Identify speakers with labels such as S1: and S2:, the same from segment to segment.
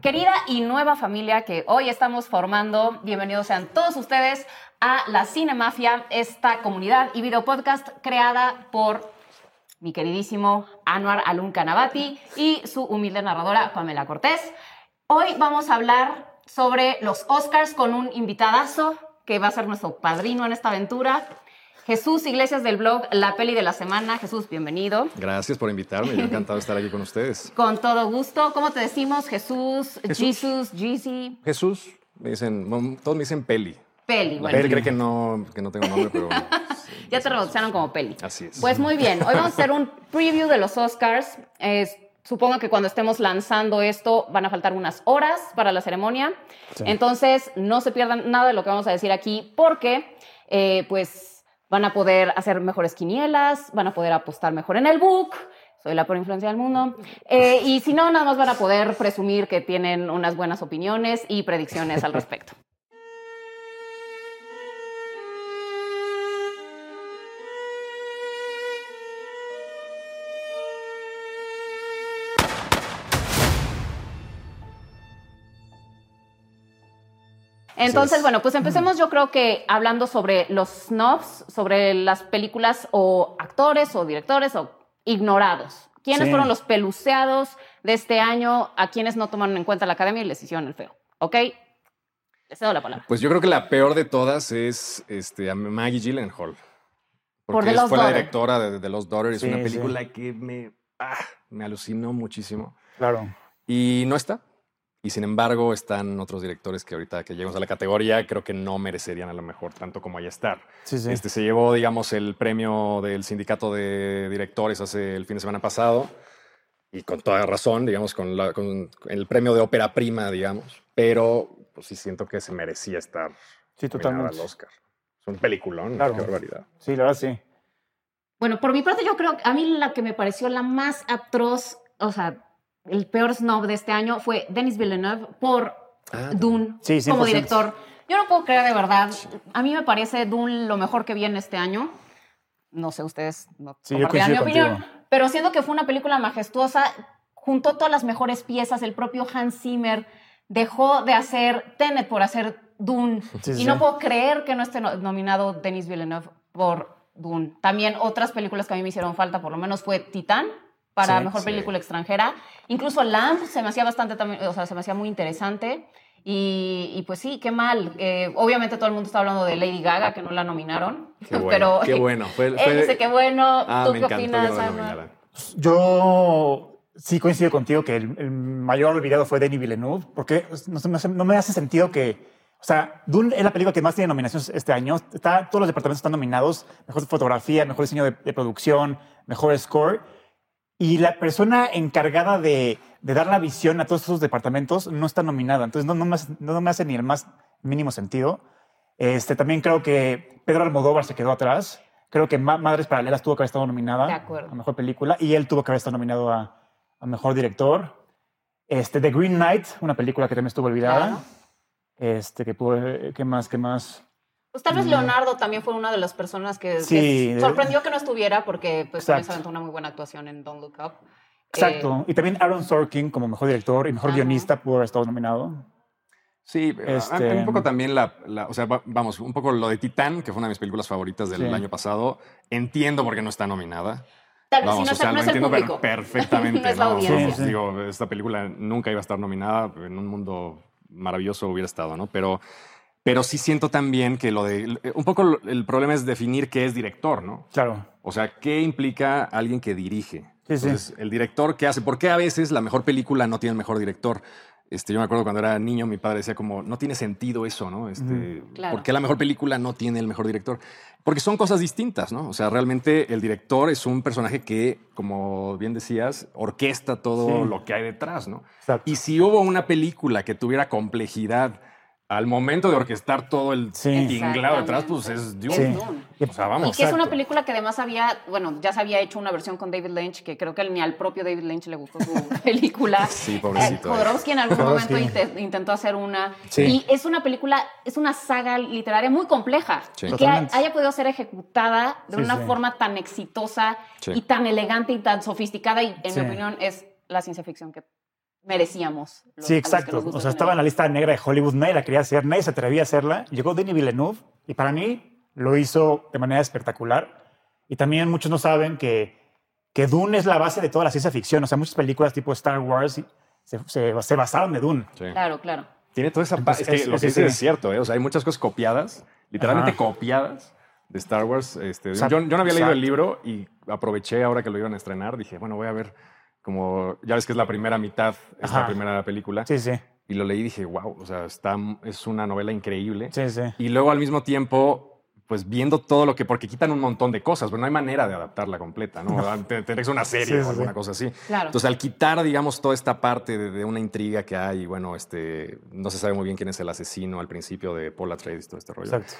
S1: Querida y nueva familia que hoy estamos formando, bienvenidos sean todos ustedes a la Cinemafia, esta comunidad y video podcast creada por mi queridísimo Anuar Alun Kanabati y su humilde narradora Pamela Cortés. Hoy vamos a hablar sobre los Oscars con un invitadazo que va a ser nuestro padrino en esta aventura. Jesús Iglesias del blog La Peli de la Semana. Jesús, bienvenido.
S2: Gracias por invitarme, yo encantado de estar aquí con ustedes.
S1: Con todo gusto. ¿Cómo te decimos? Jesús,
S2: Jesús.
S1: Jesus, Jeezy,
S2: Jesús, me dicen, mom- todos me dicen Peli.
S1: Peli.
S2: La
S1: Bueno,
S2: gente cree que no, que no tengo nombre, pero sí,
S1: ya te rebautizaron como Peli.
S2: así es.
S1: Pues muy bien, hoy vamos a hacer un preview de los Oscars. Eh, supongo que cuando estemos lanzando esto van a faltar unas horas para la ceremonia. Entonces, no se pierdan nada de lo que vamos a decir aquí porque, eh, pues, van a poder hacer mejores quinielas, van a poder apostar mejor en el book. Soy la por influencia del mundo. Eh, y si no, nada más van a poder presumir que tienen unas buenas opiniones y predicciones al respecto. Entonces,
S2: es.
S1: bueno, pues empecemos yo creo que hablando sobre los snobs, sobre las películas o actores o directores o ignorados. ¿Quiénes
S3: Sí.
S1: fueron los peluceados de este año a quienes no tomaron en cuenta la academia y les hicieron el feo? ¿Ok? Les cedo la palabra.
S2: Pues yo creo que la peor de todas es este, a Maggie
S1: Por
S2: Gyllenhaal.
S1: The
S2: Porque es-
S1: Lost
S2: fue la
S1: Daughter.
S2: directora de, de Los Daughters.
S3: Sí,
S2: es una
S3: sí.
S2: película que me, ah, me alucinó muchísimo.
S3: Claro.
S2: Y no está. Y sin embargo, están otros directores que ahorita que llegamos a la categoría, creo que no merecerían a lo mejor tanto como allá estar.
S3: Sí, sí.
S2: Este, se llevó, digamos, el premio del sindicato de directores hace el fin de semana pasado y con toda razón, digamos, con, la- con el premio de ópera prima, digamos, pero pues, sí siento que se merecía estar
S3: sí,
S2: nominada
S3: totalmente.
S2: al Oscar. Es un peliculón,
S3: Claro.
S2: qué barbaridad.
S3: Sí, la verdad sí.
S1: Bueno, por mi parte yo creo que a mí la que me pareció la más atroz, o sea, el peor snob de este año fue Denis Villeneuve por Dune
S3: Ah, Sí, 100%.
S1: como director. Yo no puedo creer de verdad. A mí me parece Dune lo mejor que vi en este año. No sé, ustedes no
S3: Sí, yo
S1: compartirán mi
S3: coincido
S1: opinión. Pero siendo que fue una película majestuosa, juntó todas las mejores piezas. El propio Hans Zimmer dejó de hacer Tenet por hacer Dune.
S3: Sí,
S1: y
S3: sí,
S1: no
S3: sí.
S1: puedo creer que no esté no- nominado Denis Villeneuve por Dune. También otras películas que a mí me hicieron falta, por lo menos fue Titán para
S3: Sí,
S1: mejor
S2: sí.
S1: película extranjera. Incluso Lamp se me hacía bastante, también, o sea, se me hacía muy interesante. Y, y pues sí, qué mal. Eh, obviamente todo el mundo está hablando de Lady Gaga, que no la nominaron.
S2: Qué bueno,
S1: pero
S2: qué bueno. Fue-
S1: él
S2: fue-
S1: dice que bueno.
S2: Ah,
S1: ¿Tú
S2: me
S1: qué
S2: encantó que
S1: opinas,
S2: no la
S1: Alma?
S2: nominaran.
S3: Yo sí coincido contigo que el, el mayor olvidado fue Denis Villeneuve, porque no, se me hace- no me hace sentido que. O sea, Dune es la película que más tiene nominaciones este año. Está, todos los departamentos están nominados: mejor fotografía, mejor diseño de, de producción, mejor score. Y la persona encargada de, de dar la visión a todos esos departamentos no está nominada. Entonces no, no me, hace, no me hace ni el más mínimo sentido. Este, también creo que Pedro Almodóvar se quedó atrás. Creo que Ma- Madres Paralelas tuvo que haber estado nominada
S1: De acuerdo.
S3: a Mejor Película y él tuvo que haber estado nominado a, a Mejor Director. Este, The Green Knight, una película que también estuvo olvidada.
S1: Claro.
S3: Este, que pude- ¿Qué más? ¿Qué más?
S1: Pues tal vez Leonardo también fue una de las personas que,
S3: Sí,
S1: que
S3: de-
S2: eh.
S1: sorprendió que no estuviera porque pues también se
S3: Exacto.
S1: aventó una muy buena actuación en Don't Look Up. Eh,
S3: Exacto. y también Aaron Sorkin como Mejor Director y Mejor
S1: Ajá.
S3: Guionista pudo haber estado nominado.
S2: Sí, a- a-
S3: Este-
S2: Ah, un poco también la, la- o sea, va- vamos, un poco lo de Titán, que fue una de mis películas favoritas del
S3: Sí.
S2: año pasado. Entiendo por qué no está nominada.
S1: tal vez si
S2: Vamos,
S1: no,
S2: o
S1: es-
S2: sea,
S1: no
S2: lo
S1: es el
S2: entiendo
S1: público.
S2: per- perfectamente.
S1: No es la
S2: ¿no?
S1: audiencia.
S2: Pues,
S3: Sí, sí.
S2: Digo, esta película nunca iba a estar nominada, en un mundo maravilloso hubiera estado, ¿no? Pero, pero sí siento también que lo de... Un poco lo- el problema es definir qué es director, ¿no?
S3: Claro.
S2: O sea, ¿qué implica alguien que dirige?
S3: Sí, sí.
S2: Entonces, el director, ¿qué hace? ¿Por qué a veces la mejor película no tiene el mejor director? Este, yo me acuerdo cuando era niño, mi padre decía como, no tiene sentido eso, ¿no? Este,
S1: Claro.
S2: ¿Por qué la mejor película no tiene el mejor director? Porque son cosas distintas, ¿no? O sea, realmente el director es un personaje que, como bien decías, orquesta todo
S3: Sí.
S2: lo que hay detrás, ¿no?
S3: Exacto.
S2: Y si hubo una película que tuviera complejidad al momento de orquestar todo el
S3: Sí.
S2: tinglado detrás, pues es
S1: Exactamente.
S2: Dune.
S3: Sí.
S2: O sea,
S1: Y
S2: vamos.
S1: que es una
S3: Exacto.
S1: película que además había, bueno, ya se había hecho una versión con David Lynch, que creo que ni al propio David Lynch le gustó su película.
S2: Sí, pobrecito.
S1: Eh, Jodorowsky en algún
S3: Jodorowsky.
S1: momento inte- intentó hacer una.
S3: Sí.
S1: Y es una película, es una saga literaria muy compleja.
S2: Sí.
S1: Y que ha-
S3: Totalmente.
S1: haya podido ser ejecutada de
S3: Sí,
S1: una
S3: sí.
S1: forma tan exitosa
S2: Sí.
S1: y tan elegante y tan sofisticada. Y en
S3: Sí.
S1: mi opinión es la ciencia ficción que merecíamos. los-
S3: Sí,
S1: a los que
S3: exacto.
S1: nos gusta
S3: O sea,
S1: el
S3: estaba en
S1: negro.
S3: la lista negra de Hollywood, nadie la quería hacer, nadie se atrevía a hacerla. Llegó Denis Villeneuve y para mí lo hizo de manera espectacular. Y también muchos no saben que, que Dune es la base de toda la ciencia ficción. O sea, muchas películas tipo Star Wars se, se, se basaron de Dune.
S2: Sí.
S1: Claro, claro.
S2: Tiene toda esa
S3: Entonces,
S2: parte. Es
S3: es-
S2: que lo
S3: es
S2: que dices
S3: ese-
S2: es cierto, ¿eh? O sea, hay muchas cosas copiadas, literalmente
S3: Ajá.
S2: copiadas de Star Wars. Este,
S3: sea,
S2: yo, yo no había leído el
S3: exacto.
S2: libro y aproveché ahora que lo iban a estrenar. Dije, bueno, voy a ver como. Ya ves que es la primera mitad, es la
S3: Ajá.
S2: primera película.
S3: Sí, sí,
S2: Y lo leí y dije, wow, o sea, está, es una novela increíble.
S3: sí, sí.
S2: Y luego al mismo tiempo, pues viendo todo lo que, porque quitan un montón de cosas, pero no hay manera de adaptarla completa, ¿no? Te- Tendría que ser una serie
S3: Sí,
S2: o
S3: sí,
S2: alguna
S3: sí.
S2: cosa así.
S1: Claro.
S2: Entonces, al quitar, digamos, toda esta parte de, de una intriga que hay, y bueno, este, no se sabe muy bien quién es el asesino al principio de Paul Atreides, todo este rollo.
S3: Exacto.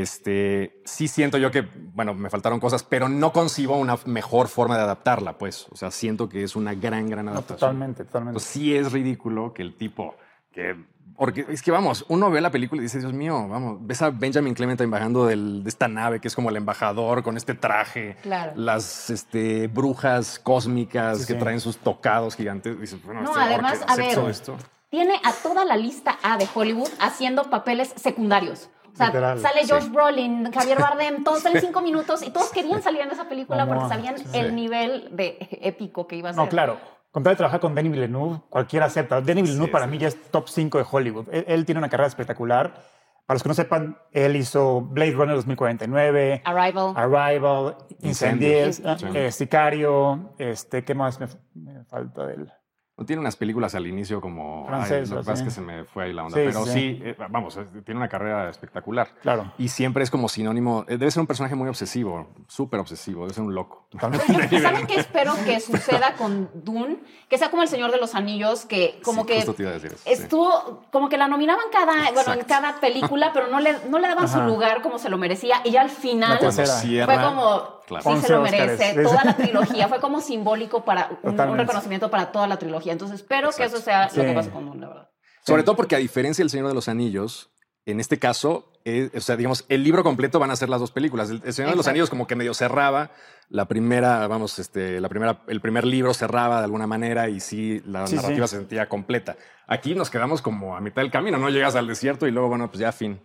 S2: Este, sí siento yo que, bueno, me faltaron cosas, pero no concibo una mejor forma de adaptarla, pues. O sea, siento que es una gran, gran
S3: No,
S2: adaptación.
S3: totalmente, totalmente.
S2: Pues sí es ridículo que el tipo que porque es que vamos, uno ve la película y dice, Dios mío, vamos, ves a Benjamin Clementine bajando del- de esta nave que es como el embajador con este traje,
S1: Claro.
S2: las este, brujas cósmicas
S3: Sí,
S2: que
S3: sí.
S2: traen sus tocados gigantes. Y dices, bueno,
S1: No,
S2: este
S1: además,
S2: orque-
S1: a
S2: ¿qué
S1: ver,
S2: es esto?
S1: tiene a toda la lista A de Hollywood haciendo papeles secundarios. O sea,
S3: Literal,
S1: sale
S2: sí.
S1: Josh Brolin, Javier Bardem, todos salen cinco minutos y todos querían salir en esa película porque
S3: Momoa,
S1: sabían
S3: sí.
S1: el nivel de épico que iba a ser.
S3: No, claro. Con tal de trabajar con Denis Villeneuve, cualquiera acepta. Denis Villeneuve
S2: Sí,
S3: para
S2: sí.
S3: mí ya es top 5 de Hollywood. Él, él tiene una carrera espectacular. Para los que no sepan, él hizo Blade Runner 2049,
S1: Arrival.
S3: Arrival,
S2: Incendios.
S3: Incendies, ah,
S2: Sí.
S3: eh, Sicario, este, ¿qué más me, me falta de él?
S2: No tiene unas películas al inicio como... ay,
S3: Francesas,
S2: lo que pasa es
S3: sí.
S2: que se me fue ahí la onda.
S3: Sí,
S2: pero sí,
S3: sí.
S2: eh, vamos, eh, tiene una carrera espectacular.
S3: Claro.
S2: Y siempre es como sinónimo, eh, debe ser un personaje muy obsesivo, súper obsesivo, debe ser un loco.
S1: Yo- ¿Saben qué espero que suceda con Dune? Que sea como el Señor de los Anillos, que como
S2: Sí,
S1: que
S2: justo te iba a decir eso, sí.
S1: estuvo, como que la nominaban cada, bueno, en
S2: Exacto.
S1: cada película, pero no le, no le daban su
S3: Ajá.
S1: lugar como se lo merecía. Y ya al final
S3: La tercera.
S2: Cuando cierra-
S1: Ah, fue como,
S2: Claro.
S1: sí se
S3: Once
S1: lo
S3: Óscares.
S1: merece,
S3: Sí, sí.
S1: toda la trilogía. Fue como simbólico para un- un,
S3: Totalmente.
S1: reconocimiento para toda la trilogía. Entonces espero que
S2: Exacto.
S1: eso sea lo que
S3: Sí.
S1: pase con Dune, la verdad.
S2: Sobre todo porque a diferencia del Señor de los Anillos, en este caso, eh, o sea, digamos, el libro completo van a ser las dos películas. El, el Señor de los
S1: Exacto.
S2: Anillos como que medio cerraba la primera, vamos, este, la primera, el primer libro cerraba de alguna manera y sí, la
S3: Sí,
S2: narrativa
S3: sí.
S2: se sentía completa. Aquí nos quedamos como a mitad del camino, no llegas al desierto y luego, bueno, pues ya fin.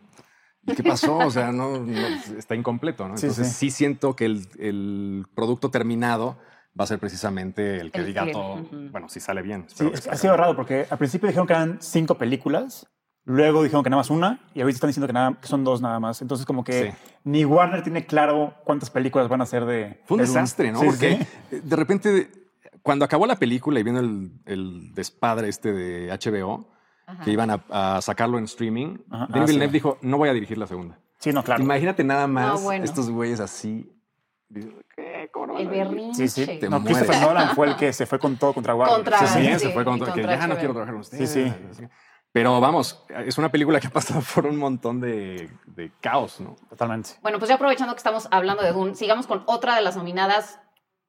S2: ¿Y qué pasó? O sea, no, no, está incompleto, ¿no?
S3: Sí,
S2: Entonces sí,
S3: sí.
S2: siento que el, el producto terminado va a ser precisamente el que
S1: El
S2: diga
S1: que-
S2: todo,
S1: ujú.
S2: bueno, si sale bien.
S3: Sí,
S2: espero que
S3: es- ha
S2: salga
S3: sido
S2: bien.
S3: raro porque al principio dijeron que eran cinco películas, luego dijeron que nada más una y ahorita están diciendo que, nada, que son dos nada más. Entonces como que
S2: Sí.
S3: ni Warner tiene claro cuántas películas van a ser de...
S2: Fue un
S3: de Dune.
S2: desastre, ¿no?
S3: Sí,
S2: Porque
S3: sí.
S2: eh, de repente, cuando acabó la película y viendo el, el despadre este de HBO,
S1: Ajá.
S2: que iban a, a sacarlo en streaming,
S3: Ajá.
S2: Denis
S3: Ah, sí.
S2: Villeneuve dijo, no voy a dirigir la segunda.
S3: Sí, no, claro.
S2: Imagínate nada más
S1: No, bueno.
S2: estos güeyes así. Digo, ¿Qué? ¿Cómo no van
S1: El
S2: a dirigir?
S1: berrinche.
S3: Sí, sí.
S2: Te
S3: No,
S2: mueres.
S3: Christopher Nolan fue el que se fue con todo contra Warner.
S1: Contra-
S2: Sí,
S3: Sí, sí.
S2: sí,
S1: Ah,
S2: se
S1: sí,
S2: fue con todo,
S1: y
S2: que
S1: contra
S2: ya no
S1: HBO.
S2: quiero trabajar con ustedes.
S3: Sí,
S2: sí. Pero vamos, es una película que ha pasado por un montón de, de caos, ¿no?
S3: Totalmente.
S1: Bueno, pues ya aprovechando que estamos hablando de Dune, sigamos con otra de las nominadas.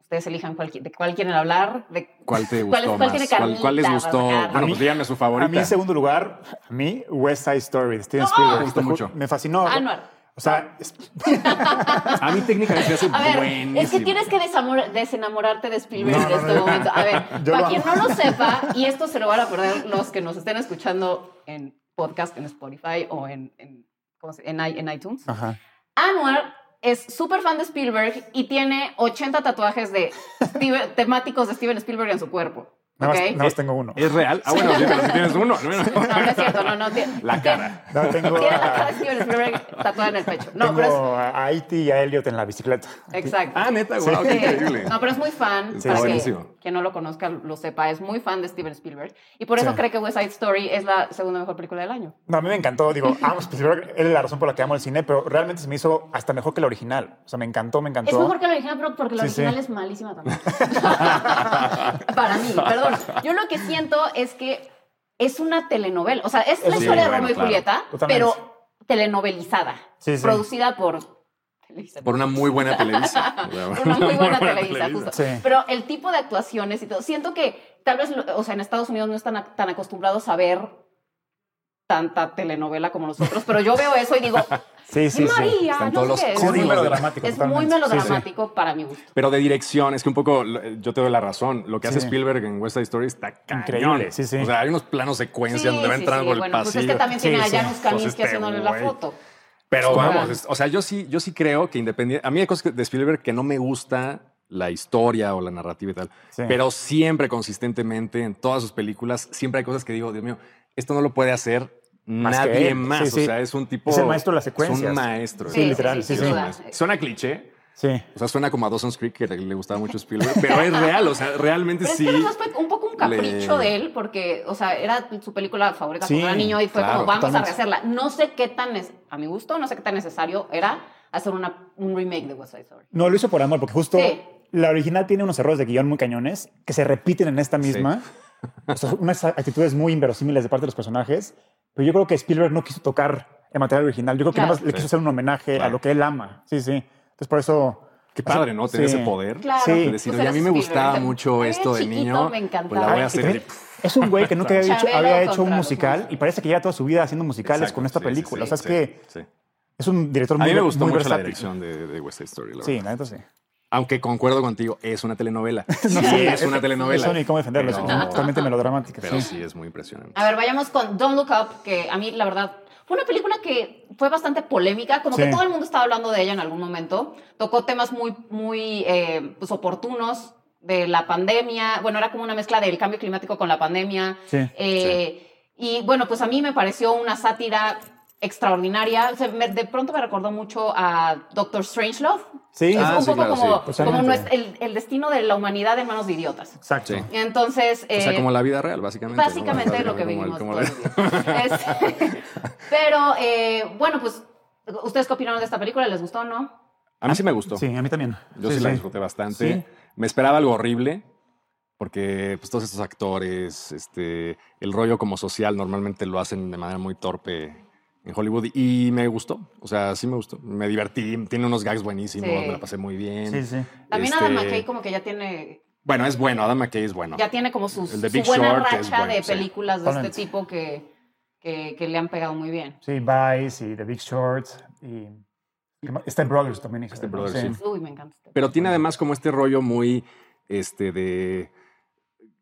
S1: Ustedes elijan cuál qui- de cuál quieren hablar. De,
S2: ¿Cuál te
S1: ¿Cuál es-
S2: gustó
S1: cuál tiene
S2: más? ¿Cuál, cuál les
S1: carnita,
S2: gustó?
S1: Oscar?
S2: Bueno,
S3: A mí-
S2: pues díganme su favorita.
S3: A mí, en segundo lugar, a mí, West Side Story de Steven
S2: Me
S3: Spielberg.
S2: gustó mucho.
S3: Me fascinó.
S1: Anuar.
S3: O sea, es-
S2: A mí técnicamente se me
S1: A
S2: hace
S1: ver,
S2: buenísimo.
S1: es que tienes que desamor- desenamorarte de Spielberg
S3: No,
S1: en
S3: no,
S1: este
S3: no.
S1: momento. A ver,
S3: Yo
S1: para
S3: lo
S1: quien no
S3: amo.
S1: lo sepa, y esto se lo van a perder los que nos estén escuchando en podcast, en Spotify o en, en, ¿cómo se- en i- en iTunes.
S3: Ajá.
S1: Anwar es súper fan de Spielberg y tiene 80 tatuajes de Steven- temáticos de Steven Spielberg en su cuerpo.
S3: Nada,
S1: ¿ok?
S3: más, nada más tengo uno.
S2: ¿Es real? Ah, bueno, sí, pero si tienes uno. ¿no?
S1: No, no es cierto, no, no. tiene-
S2: La cara.
S3: No, tengo
S1: Tiene la cara
S3: a,
S1: de Steven Spielberg tatuada en el pecho. No,
S3: tengo
S1: pero es.
S3: a Haiti y a Elliot en la bicicleta.
S1: Exacto.
S2: Ah, neta, guau, qué
S1: Sí.
S2: increíble.
S1: No, pero es muy fan.
S2: Está
S1: para que
S2: buenísimo.
S1: Quien no lo conozca lo sepa, es muy fan de Steven Spielberg. Y por eso
S3: Sí.
S1: cree que West Side Story es la segunda mejor película del año.
S3: No, a mí me encantó. Digo, amo Spielberg. Él es la razón por la que amo el cine, pero realmente se me hizo hasta mejor que el original. O sea, me encantó, me encantó.
S1: Es mejor que la original, pero porque la
S3: Sí, sí.
S1: original es malísima también. Para mí, perdón. Yo lo que siento es que es una telenovela. O sea, es la
S3: Sí,
S1: historia de
S2: bueno,
S1: Romeo y
S2: claro.
S1: Julieta,
S3: Totalmente.
S1: pero telenovelizada.
S3: Sí, sí.
S1: Producida por... Televisa.
S2: Por una muy buena televisa.
S1: Por una muy buena Televisa,
S2: Televisa.
S1: justo.
S3: Sí.
S1: Pero el tipo de actuaciones y todo, siento que tal vez, lo- o sea, en Estados Unidos no están ac- tan acostumbrados a ver tanta telenovela como nosotros, pero yo veo eso y digo,
S3: Sí, sí, sí.
S1: María,
S4: Están
S1: no
S4: todos
S1: sé
S4: los
S1: qué.
S3: códigos.
S1: Es muy-
S3: Muy melodramático,
S1: Es muy
S3: totalmente. Sí, sí.
S1: melodramático para mi gusto.
S2: Pero de dirección, es que un poco, lo- eh, yo te doy la razón. Lo que hace
S3: Sí.
S2: Spielberg en West Side Story está cañón.
S3: Increíble, sí, sí.
S2: O sea, hay unos planos secuencias donde va entrando por el
S1: bueno, pues
S2: pasillo.
S1: es que también tiene
S3: Sí,
S1: a
S3: sí.
S1: Janus
S2: Entonces,
S1: Kaminski
S2: este
S1: haciéndole la
S2: güey.
S1: foto.
S2: Pero
S1: Claro.
S2: vamos, es- o sea, yo sí, yo sí creo que independiente. A mí hay cosas que- de Spielberg que no me gusta la historia o la narrativa y tal,
S3: Sí.
S2: pero siempre consistentemente en todas sus películas, siempre hay cosas que digo, Dios mío, esto no lo puede hacer
S3: Más que
S2: nadie
S3: él.
S2: más.
S3: Sí, sí.
S2: o sea, es un tipo.
S3: Es el maestro de las
S2: Es un
S3: secuencias.
S2: maestro.
S3: Sí,
S2: es un
S3: literal, sí,
S1: sin
S3: sí.
S1: duda.
S2: maestro. Suena cliché.
S3: Sí.
S2: O sea, suena como a Dawson's Creek, que le gustaba mucho a Spielberg, pero es real. O sea, realmente
S1: Pero es
S2: sí.
S1: que además fue un poco un capricho
S2: Le-
S1: de él, porque, o sea, era su película favorita
S3: Sí,
S1: cuando era niño y fue
S2: claro,
S1: como, vamos
S3: totalmente.
S1: a rehacerla. No sé qué tan, es- a mi gusto, no sé qué tan necesario era hacer una, un remake de West Side Story.
S3: No, lo hizo por amor, porque justo
S1: Sí.
S3: la original tiene unos errores de guión muy cañones que se repiten en esta misma. O sea, unas actitudes muy inverosímiles de parte de los personajes. Pero yo creo que Spielberg no quiso tocar el material original. Yo creo que
S1: Claro.
S3: nada más le
S2: Sí.
S3: quiso hacer un homenaje a
S2: Claro.
S3: lo que él ama. Sí, sí. Entonces, por eso.
S2: Qué padre, ¿no? Tener
S3: Sí.
S2: ese poder.
S1: Claro.
S3: Sí.
S2: Y
S1: pues
S2: decir,
S1: era
S2: oye, a mí me
S1: Spielberg,
S2: gustaba
S1: era-
S2: mucho
S1: era
S2: esto de
S1: chiquito,
S2: niño.
S1: me
S2: Pues la voy a
S1: encantaba.
S3: Ah, y
S2: hacer.
S3: también Es un güey que nunca había, dicho-
S1: Chabelo
S3: había hecho
S1: contra
S3: un
S1: los
S3: musical
S1: músicos.
S3: y parece que lleva toda su vida haciendo musicales
S2: Exacto,
S3: con esta
S2: sí, sí,
S3: película.
S2: sí,
S3: o sea,
S2: sí,
S3: es que
S2: sí.
S3: es un director
S2: A
S3: muy
S2: mí me gustó
S3: muy
S2: mucho la
S3: versátil.
S2: dirección de, de West Side Story, la
S3: Sí,
S2: verdad.
S3: la neta sí.
S2: Aunque concuerdo contigo, es una telenovela.
S3: No,
S2: sí, es una
S3: es-
S2: telenovela.
S3: Eso ni cómo defenderlo, es
S2: Pero-
S3: totalmente melodramática.
S2: Pero
S3: sí.
S2: sí, es muy impresionante.
S1: A ver, vayamos con Don't Look Up, que a mí, la verdad, fue una película que fue bastante polémica, como que
S3: Sí.
S1: todo el mundo estaba hablando de ella en algún momento. Tocó temas muy, muy eh, pues, oportunos de la pandemia. Bueno, era como una mezcla del cambio climático con la pandemia.
S3: Sí,
S1: Eh, Y bueno, pues a mí me pareció una sátira extraordinaria. O sea, me- de pronto me recordó mucho a Doctor Strangelove.
S3: Sí,
S1: Es
S2: Ah,
S1: un
S2: sí,
S1: poco
S2: claro,
S1: como,
S2: sí.
S1: como
S3: Totalmente.
S1: nues- el, el destino de la humanidad en manos de idiotas.
S3: exacto.
S2: Sí.
S1: Entonces,
S2: o sea,
S1: eh,
S2: como la vida real, básicamente. ¿no?
S1: Básicamente lo que
S2: Como el-
S1: vivimos
S2: como
S1: todos los
S2: la-
S1: días. Este, pero, eh, bueno, pues, ¿ustedes qué opinaron de esta película? ¿Les gustó o no?
S2: A mí sí me gustó.
S3: Sí, a mí también.
S2: Yo sí, la disfruté bastante.
S3: Sí.
S2: Me esperaba algo horrible, porque pues, todos estos actores, este, el rollo como social, normalmente lo hacen de manera muy torpe en Hollywood. Y me gustó. O sea, sí me gustó. Me divertí. Tiene unos gags buenísimos.
S1: Sí.
S2: Me la pasé muy bien.
S3: Sí, sí.
S1: También
S2: Este,
S1: Adam McKay como que ya tiene,
S2: Bueno, es bueno. Adam McKay es bueno.
S1: ya tiene como sus,
S2: El de
S1: su
S2: Big
S1: buena
S2: Short es
S1: racha
S2: bueno,
S1: de
S2: sí.
S1: películas de este
S3: Totalmente.
S1: tipo que, que, que le han pegado muy bien.
S3: Sí, Vice y The Big Short y ¿qué más? Step Brothers también. hizo,
S2: Step
S3: ¿no?
S2: Brothers, sí.
S1: Uy, me encanta. este.
S2: Pero tiene además como este rollo muy este, de...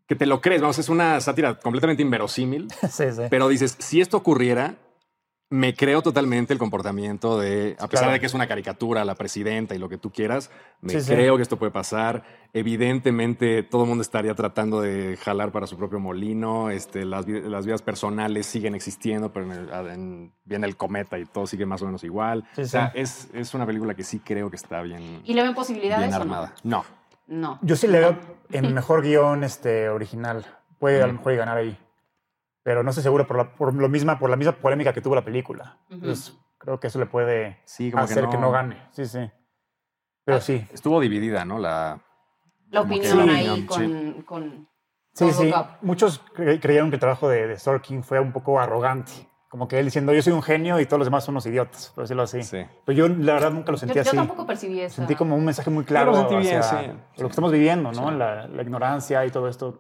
S2: Que te lo crees, vamos, es una sátira completamente inverosímil.
S3: Sí, sí.
S2: Pero dices, si esto ocurriera, me creo totalmente el comportamiento de, a pesar
S3: Claro.
S2: de que es una caricatura, la presidenta y lo que tú quieras, me
S3: Sí, sí.
S2: creo que esto puede pasar. Evidentemente, todo el mundo estaría tratando de jalar para su propio molino. Este, las, vi- las vidas personales siguen existiendo, pero en el- en- viene el cometa y todo sigue más o menos igual.
S3: Sí,
S2: o sea,
S3: sí.
S2: es, es una película que sí creo que está bien,
S1: ¿Y le ven posibilidades
S2: bien
S1: o no?
S2: armada. No.
S1: No.
S3: Yo sí le veo en mejor guión este, original. Puede a lo mejor ganar ahí. Pero no estoy seguro por, la, por, lo misma, por la misma polémica que tuvo la película.
S1: Ujú.
S3: Entonces, creo que eso le puede
S2: Sí, como que
S3: hacer
S2: no.
S3: que no gane. Sí, sí. Pero sí.
S2: Estuvo dividida, ¿no? La,
S1: La
S2: Como que
S1: opinión
S2: la
S1: ahí
S2: opinión,
S1: con... con
S3: Sí,
S1: Don't
S3: sí.
S1: Look Up.
S3: Muchos cre- creyeron que el trabajo de, de Sorkin fue un poco arrogante. Como que él diciendo, yo soy un genio y todos los demás son unos idiotas, por decirlo así.
S2: Sí.
S3: Pero yo la verdad nunca lo
S1: Yo,
S3: sentí
S1: yo
S3: así.
S1: tampoco percibí eso.
S3: Sentí como un mensaje muy claro
S2: Yo lo sentí bien,
S3: hacia
S2: sí.
S3: lo que estamos viviendo, ¿no? La, la ignorancia y todo esto,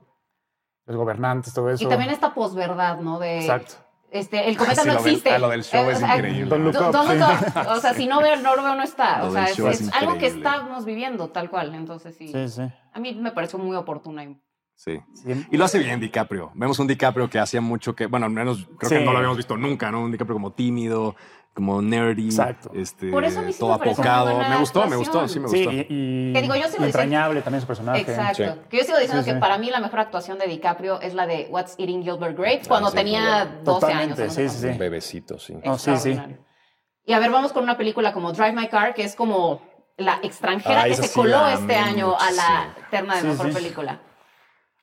S3: los gobernantes, todo eso.
S1: Y también esta posverdad, ¿no? De,
S3: Exacto.
S1: Este, el cometa
S2: Sí,
S1: no
S2: lo del-
S1: existe.
S2: ah, lo del show
S1: Eh,
S2: es
S1: o sea,
S2: increíble.
S3: Don't look
S1: Do-
S3: up,
S1: don't
S3: sí.
S1: look up. O sea, si no veo, no lo veo, no está.
S2: Lo
S1: O
S2: del
S1: sea, es,
S2: show es
S1: es algo que
S2: increíble.
S1: estamos viviendo tal cual. Entonces, sí.
S3: Sí, Ah, sí.
S1: A mí me pareció muy oportuna. y-
S2: Sí.
S3: Sí.
S2: Y lo hace bien DiCaprio. Vemos un DiCaprio que hacía mucho que, bueno, al menos creo que
S3: Sí.
S2: no lo habíamos visto nunca, ¿no? Un DiCaprio como tímido, como nerdy,
S3: Exacto.
S2: este,
S1: Por eso a mí sí
S2: todo
S1: me pareció muy
S2: apocado.
S1: buena
S2: Me gustó, me
S1: actuación.
S2: gustó, sí me
S3: Sí,
S2: gustó.
S3: y, y
S1: Que digo, yo sigo
S3: entrañable también su personaje.
S1: Exacto.
S2: sí.
S1: Que yo sigo diciendo
S3: Sí,
S1: que
S3: sí.
S1: para mí la mejor actuación de DiCaprio es la de What's Eating Gilbert Grapes cuando
S2: Ah, sí,
S1: tenía
S2: claro.
S1: 12
S3: Totalmente,
S1: años.
S3: sí, sí, sí.
S2: Bebecito, sí.
S3: No, sí, sí.
S1: Y a ver, vamos con una película como Drive My Car, que es como la extranjera
S2: Ah,
S1: que
S2: esa
S1: se
S2: sí
S1: coló
S2: la
S1: este
S2: amé
S1: año a la
S2: muchísimo.
S1: terna de
S3: Sí,
S1: mejor
S3: sí.
S1: película.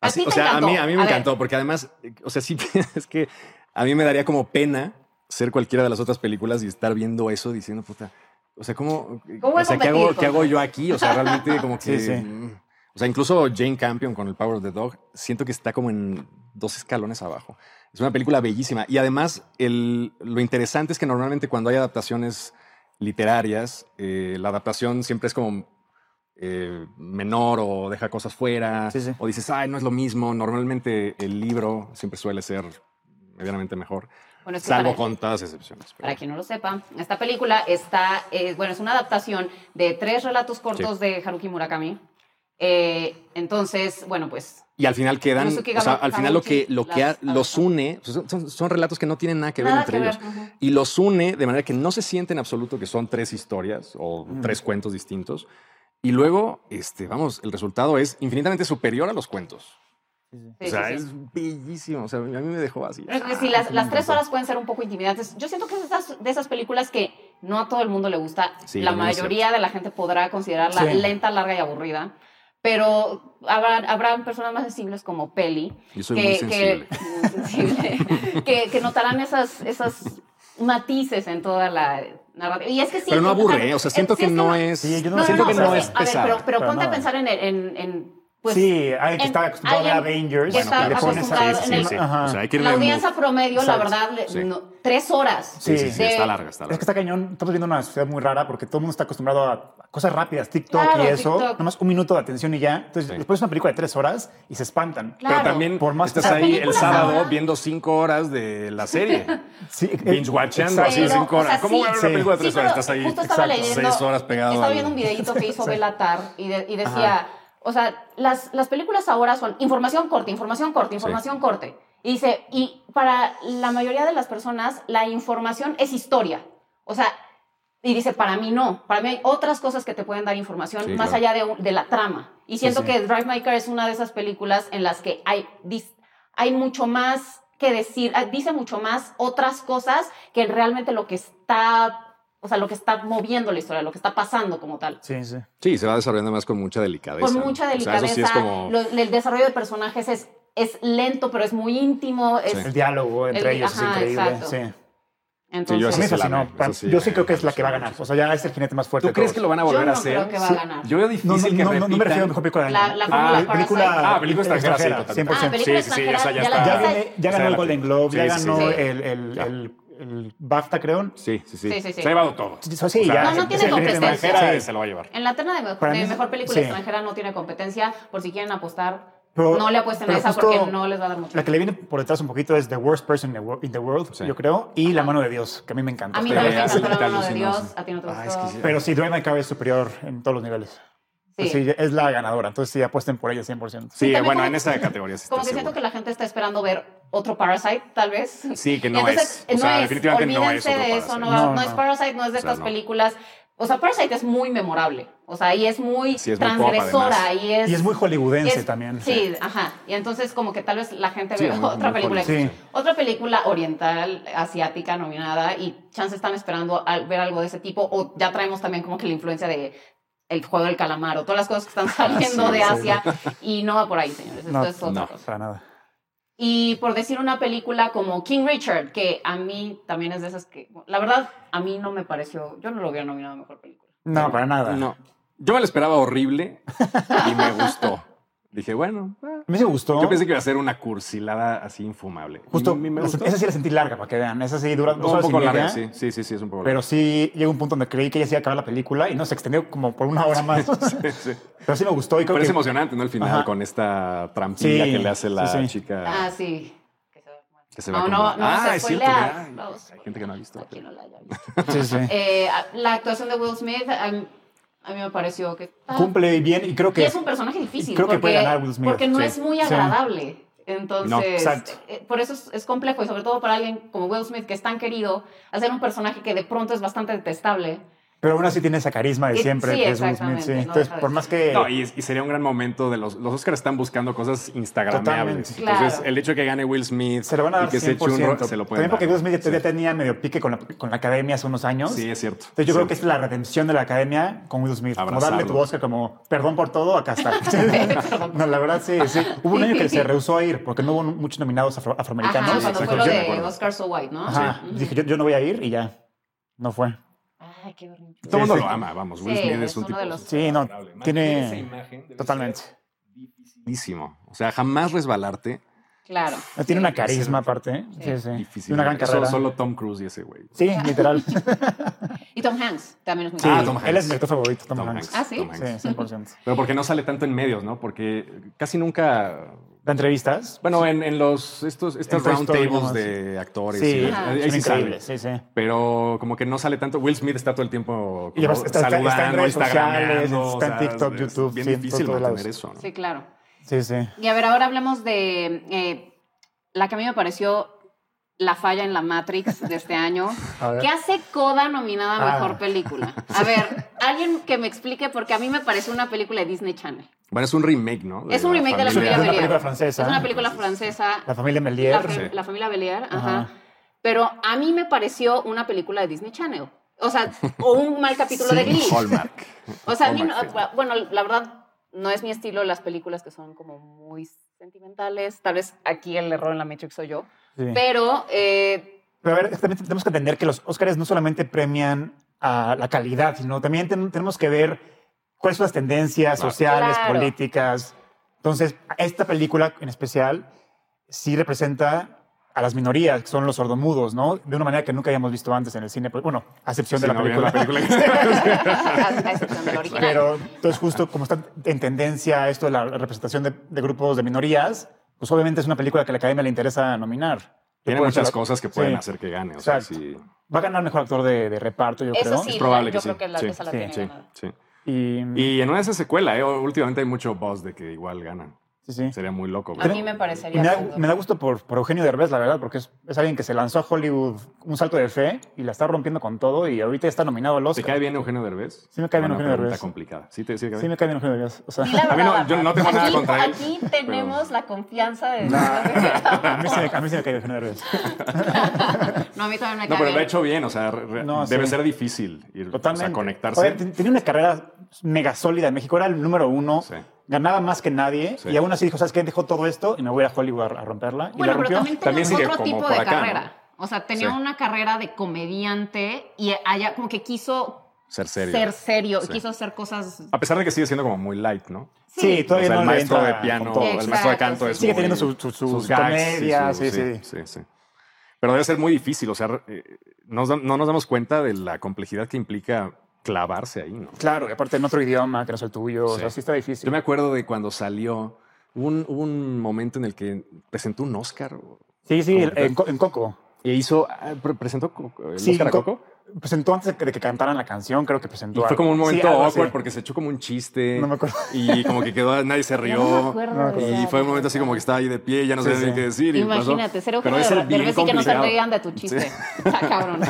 S1: ¿A
S2: Así,
S1: ti te
S2: o sea, a
S1: encantó?
S2: mí, a mí me
S1: A ver.
S2: encantó, porque además, eh, o sea, sí, es que a mí me daría como pena ser cualquiera de las otras películas y estar viendo eso diciendo, puta, o sea, ¿cómo?
S1: ¿Cómo voy a
S2: o sea,
S1: competir
S2: ¿qué hago,
S1: con-
S2: ¿qué hago yo aquí? O sea, realmente como que...
S3: Sí, sí.
S2: mm, O sea, incluso Jane Campion con el Power of the Dog, siento que está como en dos escalones abajo. Es una película bellísima. Y además, el, lo interesante es que normalmente cuando hay adaptaciones literarias, eh, la adaptación siempre es como eh, menor o deja cosas fuera
S3: Sí, sí.
S2: o dices, ay, no es lo mismo. Normalmente el libro siempre suele ser medianamente mejor.
S1: Bueno, es que
S2: salvo
S1: Pues para-
S2: contadas excepciones. pero
S1: Para quien no lo sepa, esta película está, eh, bueno, es una adaptación de tres relatos cortos de Haruki Murakami. Eh, entonces, bueno, pues
S2: Y al final quedan,
S1: Inosuke
S2: o sea,
S1: Gama-
S2: al final lo que,
S1: Kaguchi
S2: lo que ha-
S1: las
S2: los
S1: adoptó.
S2: une, son, son- son relatos que no tienen nada que ver
S1: Nada
S2: entre
S1: que ver,
S2: ellos.
S1: ujú.
S2: Y los une de manera que no se siente en absoluto que son tres historias o tres cuentos distintos. Y luego, este, vamos, el resultado es infinitamente superior a los cuentos.
S1: sí,
S2: o sea,
S1: sí, sí.
S2: es bellísimo. O sea, a mí me dejó así.
S1: Porque si las, las tres horas pueden ser un poco intimidantes. Yo siento que es de esas, de esas películas que no a todo el mundo le gusta.
S2: Sí,
S1: la
S2: no, no es
S1: mayoría de la gente podrá considerarla
S3: Sí.
S1: lenta, larga y aburrida. Pero habrá, habrá personas más sensibles como Peli.
S2: Yo soy muy sensible.
S1: Que, muy sensible, que- que notarán esas, esas matices en toda la narrativa. Y es que sí,
S2: Pero no
S1: es-
S2: aburre, ¿eh? O sea,
S1: es-
S2: siento
S1: sí,
S2: que
S1: es
S2: no es.
S3: Sí, yo no-
S1: No,
S2: siento
S1: no,
S2: que
S1: no,
S2: no
S1: pero-
S2: es
S1: A ver,
S2: pesado.
S1: pero, pero
S3: para
S1: ponte a
S3: nada.
S1: pensar en... en, en, pues,
S3: sí, alguien que
S1: en-
S3: está acostumbrado a ver
S1: alguien
S3: Avengers.
S1: que
S3: que
S1: está
S3: le pones a-
S1: acostumbrado en el-
S2: sí, sí.
S3: Ajá.
S2: O sea, hay que ir
S1: la
S2: en el
S1: audiencia
S2: mood.
S1: promedio, la
S2: Exacto.
S1: verdad, le-
S2: Sí.
S1: no- tres horas.
S2: Sí, sí,
S3: Sí.
S2: sí, está larga, está
S3: Es que
S2: larga.
S3: está cañón. Estamos viendo una sociedad muy rara porque todo el mundo está acostumbrado a cosas rápidas, TikTok
S1: Claro,
S3: y eso.
S1: TikTok.
S3: Nomás un minuto de atención y ya. Entonces,
S2: Sí.
S3: después es una película de tres horas y se espantan.
S1: Claro.
S2: Pero también
S3: Por más que
S2: estás
S3: sea-
S2: ahí el
S1: películas
S2: sábado
S1: ahora-
S2: viendo cinco horas de la serie.
S3: Sí, eh,
S2: Binge watchando
S3: exacto.
S2: así
S1: Pero,
S2: cinco
S1: o sea,
S2: horas. ¿Cómo voy a ver una
S3: sí.
S2: película de
S1: Sí,
S2: tres
S1: pero
S2: horas? Estás ahí
S1: Justo estaba
S3: exacto,
S1: leyendo,
S2: seis horas pegado.
S1: Estaba
S2: al-
S1: viendo un videito que hizo Belatar y, de- y decía, o sea, las, las películas ahora son información corta, información corta, información corta. Y dice, y para la mayoría de las personas la información es historia. O sea, y dice, para mí no, para mí hay otras cosas que te pueden dar información
S2: Sí,
S1: más
S2: claro.
S1: allá de, un- de la trama. Y siento
S3: sí.
S1: que Drive My Car es una de esas películas en las que hay, dis- hay mucho más que decir, ah, dice mucho más otras cosas que realmente lo que está, o sea, lo que está moviendo la historia, lo que está pasando como tal.
S3: Sí, sí.
S2: Sí, se va desarrollando más con mucha delicadeza.
S1: Con
S2: ¿no?
S1: mucha
S2: O sea,
S1: delicadeza,
S2: eso sí es como.
S1: lo- el desarrollo de personajes es, es lento, pero es muy íntimo. es-
S2: Sí.
S3: El diálogo entre
S1: El-
S3: ellos es
S1: ajá,
S3: increíble.
S1: exacto.
S3: Sí.
S1: entonces,
S2: yo
S3: A
S2: Esa
S3: mí
S2: sí
S3: me
S2: la
S3: fascinó.
S2: amé, esa sí.
S3: yo sí creo que es la que va a ganar. O sea, ya es el jinete más fuerte.
S2: ¿Tú
S3: de
S2: crees
S3: todos.
S2: que lo van a
S1: Yo
S2: volver
S1: no
S2: a hacer?
S1: creo que va a
S2: Sí.
S1: ganar.
S2: Yo veo
S3: No,
S2: difícil que
S3: no, no, no me
S2: repitan.
S3: refiero a mejor película del
S1: La-
S3: año.
S1: la fórmula
S3: Ah, película,
S1: Parasite.
S2: Ah, película extranjera, sí, totalmente.
S1: ah,
S3: 100%.
S1: película
S2: Sí, sí, sí,
S1: extranjera,
S2: esa ya
S1: ya, la
S2: está.
S3: ya,
S1: viste.
S3: viene- ya
S2: O sea,
S3: ganó el
S2: la-
S3: Golden Globe,
S2: sí,
S3: ya
S2: sí,
S3: ganó
S2: sí.
S3: El, el,
S2: Ya.
S3: el, el BAFTA, creo.
S2: Sí, sí, sí.
S1: Sí, sí, sí.
S2: Se ha llevado todo.
S3: Sí, sí, ya.
S1: No, no tiene
S3: Sí,
S1: competencia.
S2: extranjera
S3: sí.
S2: se lo va a llevar.
S1: En la terna de, me-
S3: Para
S1: de
S3: mí es-
S1: mejor película
S3: sí.
S1: extranjera no tiene competencia. Por si quieren apostar,
S3: Pero-
S1: no le apuesten a
S3: pero
S1: esa
S3: justo
S1: porque no les va a dar mucho.
S3: La que le viene por detrás un poquito es The Worst Person in the Wor- in the World,
S2: Sí.
S3: yo creo, y La Mano de Dios, que a mí me encanta.
S1: A mí
S2: Pero
S1: también me
S2: ya se
S1: encantó
S2: quita
S1: la mano de
S2: alucinoso.
S1: Dios. A ti no te gustó.
S2: Ah, es que sí.
S3: Pero sí, Drive My Car es superior en todos los niveles.
S1: Sí.
S3: Sí, es la ganadora, entonces sí, apuesten por ella 100%.
S2: Sí,
S1: también
S2: bueno,
S1: como-
S2: en esa categoría sí.
S1: Como que
S2: está
S1: siento que
S2: seguro.
S1: la gente está esperando ver otro Parasite, tal vez.
S2: Sí, que
S1: Y
S2: no
S1: entonces,
S2: es. O
S1: no
S2: sea,
S1: es.
S2: definitivamente no es
S1: Olvídense
S2: otro
S1: de eso. No,
S2: Parasite.
S1: va-
S3: No,
S1: no es
S3: no.
S1: Parasite, no es de
S2: O sea,
S1: estas
S2: no.
S1: películas. O sea, Parasite es muy memorable. O sea, y es muy
S2: Sí, es muy pop,
S1: transgresora.
S2: además.
S1: y, es,
S3: Y es muy hollywoodense
S1: es-
S3: también.
S1: Sí, ajá. Y entonces como que tal vez la gente
S2: Sí,
S1: ve
S2: muy-
S1: otra
S2: muy
S1: película.
S3: hollywoodense.
S1: Sí. Otra película oriental, asiática nominada y chance están esperando al- ver algo de ese tipo o ya traemos también como que la influencia de el juego del calamar o todas las cosas que están saliendo
S2: sí,
S1: de
S2: sí.
S1: Asia y no va por ahí, señores. Esto
S3: No,
S1: es otra
S2: no.
S1: cosa.
S3: Para nada.
S1: Y por decir una película como King Richard, que a mí también es de esas que, la verdad, a mí no me pareció, yo no lo hubiera nominado a mejor película.
S3: No, para nada.
S2: No. Yo me la esperaba horrible y me gustó. Dije, bueno, ah.
S3: A mí sí me gustó.
S2: yo pensé que iba a ser una cursilada así infumable.
S3: Justo,
S2: Y me- me
S3: la-
S2: gustó.
S3: esa sí la sentí larga, para que vean. Esa sí dura
S2: un
S3: dos horas y
S2: poco
S3: media,
S2: larga, sí. Sí, sí, sí, es un poco
S3: Pero sí llega un punto donde creí que ya se iba a acabar la película y no se extendió como por una hora más.
S2: larga. Sí, sí.
S3: Pero sí me gustó y creo
S2: Pero es
S3: que...
S2: emocionante, ¿no? Al final,
S3: Ajá.
S2: con esta trampilla
S3: Sí,
S2: que le hace la
S3: sí, sí.
S2: chica.
S1: Ah, sí. Que se-
S2: que se
S1: no,
S2: va
S1: no,
S2: como-
S1: no,
S2: ah,
S1: se
S2: es cierto.
S1: spoilea.
S2: ay,
S1: Vamos.
S2: hay gente que no ha visto. la
S1: Aquí
S2: película.
S1: no la haya visto.
S3: Sí, sí.
S1: Eh, a- la actuación de Will Smith, a, mí- a mí me pareció que... ah,
S3: Cumple bien y creo
S1: y
S3: que...
S1: es un personaje difícil.
S3: Creo que
S1: porque,
S3: puede ganar Will Smith,
S1: Porque no
S3: sí.
S1: es muy
S3: Sí.
S1: agradable. Entonces,
S2: No,
S3: exacto.
S1: eh, por eso es, es complejo y sobre todo para alguien como Will Smith, que es tan querido, hacer un personaje que de pronto es bastante detestable.
S3: Pero aún así tiene esa carisma de
S1: Sí,
S3: siempre,
S1: sí,
S3: que es Will Smith.
S1: exactamente,
S3: Sí.
S1: no
S3: Entonces,
S1: deja de
S3: por
S1: ser.
S3: más que...
S2: No, y, y sería un gran momento de los, los Oscars están buscando cosas instagramables.
S3: Totalmente.
S1: Claro.
S2: Entonces, el hecho de que gane Will Smith
S3: se lo van a
S2: y
S3: dar
S2: que
S3: 100%.
S2: se eche un ro- se lo pueden
S3: También porque
S2: dar.
S3: Will Smith ya tenía medio pique con la, con la academia hace unos años.
S2: Sí, es cierto.
S3: Entonces yo creo
S2: Sí.
S3: que es la redención de la academia con Will Smith. Como darle tu
S2: Abrazarlo.
S3: Oscar como, perdón por todo, acá está. no, la verdad sí, sí. Hubo un año que se rehusó a ir porque no hubo muchos nominados afro- afroamericanos.
S1: Ajá,
S2: Sí,
S1: cuando
S2: exacto,
S1: fue lo
S2: yo me
S1: de
S2: acuerdo.
S1: Oscar So White, ¿no?
S3: Ajá. Dije, yo, yo no voy a ir y ya. No fue.
S1: Ay, qué berrinche.
S2: Todo el mundo
S3: Sí,
S2: lo
S3: sí.
S2: ama, vamos. Will
S1: Sí,
S2: Smith es
S1: es
S2: un
S1: uno
S2: tipo
S1: de los-
S3: Sí, no,
S2: Más que esa
S3: tiene...
S2: imagen debe
S3: Totalmente.
S2: dificilísimo. O sea, jamás resbalarte.
S1: Claro.
S3: No, Ah, tiene una carisma aparte. ¿eh? Sí, sí.
S2: Difícil.
S3: Y una gran
S2: Eso
S3: carrera.
S2: Solo Tom Cruise y ese güey.
S3: Sí, literal. Sí,
S1: Y Tom Hanks también es muy
S2: Ah, Tom
S3: él
S2: Hanks.
S3: es mi actor favorito, Tom,
S2: Tom
S3: Hanks.
S1: Ah, ¿sí?
S2: Tom
S3: Sí,
S2: Hanks.
S3: 100%.
S2: Pero porque no sale tanto en medios, ¿no? Porque casi nunca
S3: da entrevistas.
S2: Bueno, en, en los estos estas
S3: En Toy
S2: round
S3: Story,
S2: tables
S3: ¿no?
S2: de actores.
S3: Sí,
S2: y-
S1: Ajá.
S2: ahí
S3: son
S2: sí sale.
S3: increíbles. Sí, sí.
S2: Pero como que no sale tanto. Will Smith está todo el tiempo como
S3: Y además está- está- está en
S2: saludando,
S3: redes
S2: instagrameando,
S3: sociales, está en TikTok,
S2: es
S3: YouTube,
S2: Bien
S3: sí, en
S2: difícil
S3: todos lados.
S2: mantener eso. ¿no?
S1: Sí, claro.
S3: Sí, sí.
S1: Y a ver, ahora hablemos de eh, la que a mí me pareció la falla en la Matrix de este año.
S3: A ver.
S1: ¿Qué hace Coda nominada a
S3: Ah.
S1: Mejor Película? A ver, alguien que me explique, porque a mí me pareció una película de Disney Channel.
S2: Bueno, es un remake, ¿no?
S1: Es un remake de la familia
S3: Es una
S1: Belier.
S3: película francesa.
S1: Es una película francesa.
S3: La familia Melier.
S1: La, fa-
S2: sí.
S1: la familia Belier, ajá.
S3: Ajá.
S1: Pero a mí me pareció una película de Disney Channel. O sea, o un mal capítulo de Glee.
S2: Hallmark.
S1: O sea, a mí no-
S2: Hallmark, sí.
S1: bueno, la verdad, no es mi estilo las películas que son como muy sentimentales. Tal vez aquí el error en la Matrix soy yo.
S3: Sí.
S1: Pero, eh,
S3: Pero a ver, también tenemos que entender que los Óscares no solamente premian a la calidad, sino también ten- tenemos que ver cuáles son las tendencias
S2: Claro.
S3: sociales,
S1: Claro.
S3: políticas. Entonces, esta película en especial sí representa a las minorías, que son los sordomudos, ¿no? De una manera que nunca habíamos visto antes en el cine, pues, bueno, a excepción
S2: Sí,
S3: de la
S2: no, bien,
S3: película.
S1: a, a excepción del original.
S3: Pero entonces justo como está en tendencia esto de la representación de, de grupos de minorías, pues obviamente es una película que a la Academia le interesa nominar.
S2: Tiene
S3: Puede
S2: muchas
S3: ser-
S2: cosas que pueden
S3: Sí.
S2: hacer que gane. O sea,
S3: Exacto.
S2: sí,
S3: Va a ganar mejor actor de, de reparto, yo
S1: Eso
S3: creo.
S1: sí,
S2: Es probable
S1: la- yo
S2: que sí.
S1: creo que la,
S2: Sí,
S1: esa la
S3: sí,
S1: tiene
S2: sí,
S1: ganada.
S2: sí.
S3: Y,
S2: Y en una de esas secuela, ¿eh? últimamente hay mucho buzz de que igual ganan.
S3: sí, sí.
S2: Sería muy loco.
S1: A
S2: pero-
S1: mí me
S3: Y
S1: parecería.
S3: me, da,
S1: absurdo.
S3: me da gusto por, por Eugenio Derbez, la verdad, porque es, es alguien que se lanzó a Hollywood un salto de fe y la está rompiendo con todo y ahorita está nominado al
S2: ¿Te
S3: Oscar.
S2: cae bien Eugenio Derbez?
S3: Sí me cae bien
S2: Una
S3: Eugenio
S2: pregunta
S3: Derbez.
S2: complicada. Sí, te, sí, te cae
S3: Sí
S2: bien? ¿eh?
S3: me cae bien Eugenio Derbez. O sea,
S1: Di la
S2: A mí no,
S1: verdad,
S2: yo no tengo
S1: aquí-
S2: nada contra él,
S1: Aquí
S2: pero-
S1: tenemos la confianza de.
S3: a mí, sí me, a mí sí me cae bien Eugenio Derbez.
S1: No, a mí también me
S2: No,
S1: cae
S2: pero lo ha
S1: bien.
S2: hecho bien, o sea, re- re-
S3: No,
S2: debe
S3: sí.
S2: ser difícil ir,
S3: Totalmente.
S2: o sea, conectarse.
S3: Oye, ten- tenía una carrera mega sólida en México, era el número uno,
S2: Sí.
S3: ganaba más que nadie
S2: Sí.
S3: y aún así dijo, ¿sabes qué? Dejó todo esto y me voy a Hollywood a, a romperla. y la
S1: Bueno, pero
S3: rompió.
S1: también
S2: También
S1: tenía
S2: sigue
S1: otro
S2: como
S1: tipo
S2: por
S1: de
S2: acá,
S1: carrera. O sea, tenía
S2: Sí.
S1: una carrera de comediante y allá como que quiso
S2: Ser serio.
S1: ser serio,
S2: Sí.
S1: quiso hacer cosas.
S2: A pesar de que sigue siendo como muy light, ¿no?
S3: Sí,
S1: Sí.
S2: O
S3: todavía
S2: sea, el
S3: no le
S2: maestro
S3: entra
S2: de
S3: con
S2: piano,
S3: todo.
S1: Sí,
S2: el maestro de
S1: exacto,
S2: canto
S1: sí.
S2: es
S1: Sigue
S2: muy-
S3: teniendo su- su- sus comedias, sí, sí.
S2: sí, sí. Pero debe ser muy difícil, o sea, eh, nos da- no nos damos cuenta de la complejidad que implica clavarse ahí, ¿no?
S3: Claro, y aparte en otro idioma que no es el tuyo, o
S2: Sí.
S3: sea, sí está difícil.
S2: Yo me acuerdo de cuando salió un, un momento en el que presentó un Oscar o-
S3: Sí, sí,
S2: Como
S3: el-
S2: que-
S3: en, Co- en Coco.
S2: y hizo, ah, pre- presentó Co- el
S3: Sí,
S2: Oscar a
S3: Co-
S2: Coco.
S3: Presentó Pues antes de que, de que cantaran la canción, creo que presentó.
S2: Y fue
S3: algo.
S2: como un momento
S3: Sí, algo así.
S2: awkward porque se echó como un chiste.
S3: No me acuerdo.
S2: Y como que quedó, nadie se rió.
S1: no me acuerdo
S3: No me acuerdo.
S1: de
S2: Y
S1: esa-
S2: fue un momento así como que estaba ahí de pie, ya no
S3: Sí,
S2: sabía ni
S3: sí.
S2: qué decir. y pasó.
S1: Imagínate, ser
S2: Pero
S1: Eugenio
S2: ese
S1: de
S2: bien
S1: Derbez y que no se
S2: complicado.
S1: reían de tu chiste.
S2: Sí.
S1: Está cabrón.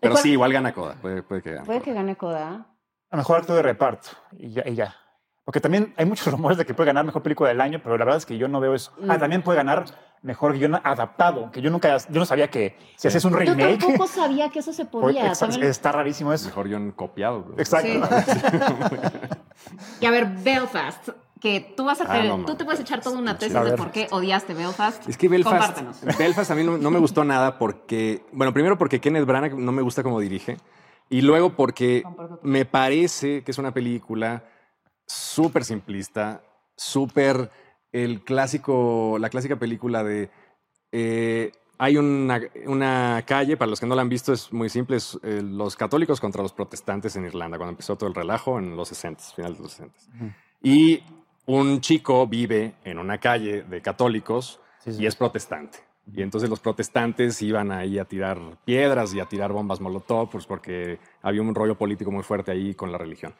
S2: Pero
S1: ¿Cuál-
S2: sí, igual gana Coda. Puede, puede que gane.
S1: Puede
S2: Coda.
S1: que gane Coda.
S3: A mejor acto de reparto. Y ya, y ya. Porque también hay muchos rumores de que puede ganar mejor película del año, pero la verdad es que yo no veo eso.
S1: Mm.
S3: Ah, también puede ganar mejor guión adaptado, que yo nunca, yo no sabía que si haces un
S1: Yo
S3: remake,
S1: tampoco sabía que eso se
S3: pues,
S1: podía.
S3: exa-
S1: también-
S3: está rarísimo eso.
S2: Mejor guión copiado. bro.
S3: Exacto.
S1: Y a ver, Belfast, que tú vas a
S2: Ah,
S1: tener,
S2: no, man.
S1: tú te puedes echar toda una tesis
S3: A
S1: de
S3: ver.
S1: por qué odiaste Belfast.
S2: Es que Belfast,
S1: Compártenos.
S2: Belfast a mí no, no me gustó nada porque, bueno, primero porque Kenneth Branagh no me gusta cómo dirige y luego porque me parece que es una película súper simplista, súper el clásico, la clásica película de eh, hay una, una calle, para los que no la han visto, es muy simple, es eh, los católicos contra los protestantes en Irlanda, cuando empezó todo el relajo en los 60, finales de los 60. Y un chico vive en una calle de católicos
S3: Sí, sí.
S2: y es protestante. Y entonces los protestantes iban ahí a tirar piedras y a tirar bombas molotov, pues porque había un rollo político muy fuerte ahí con la religión.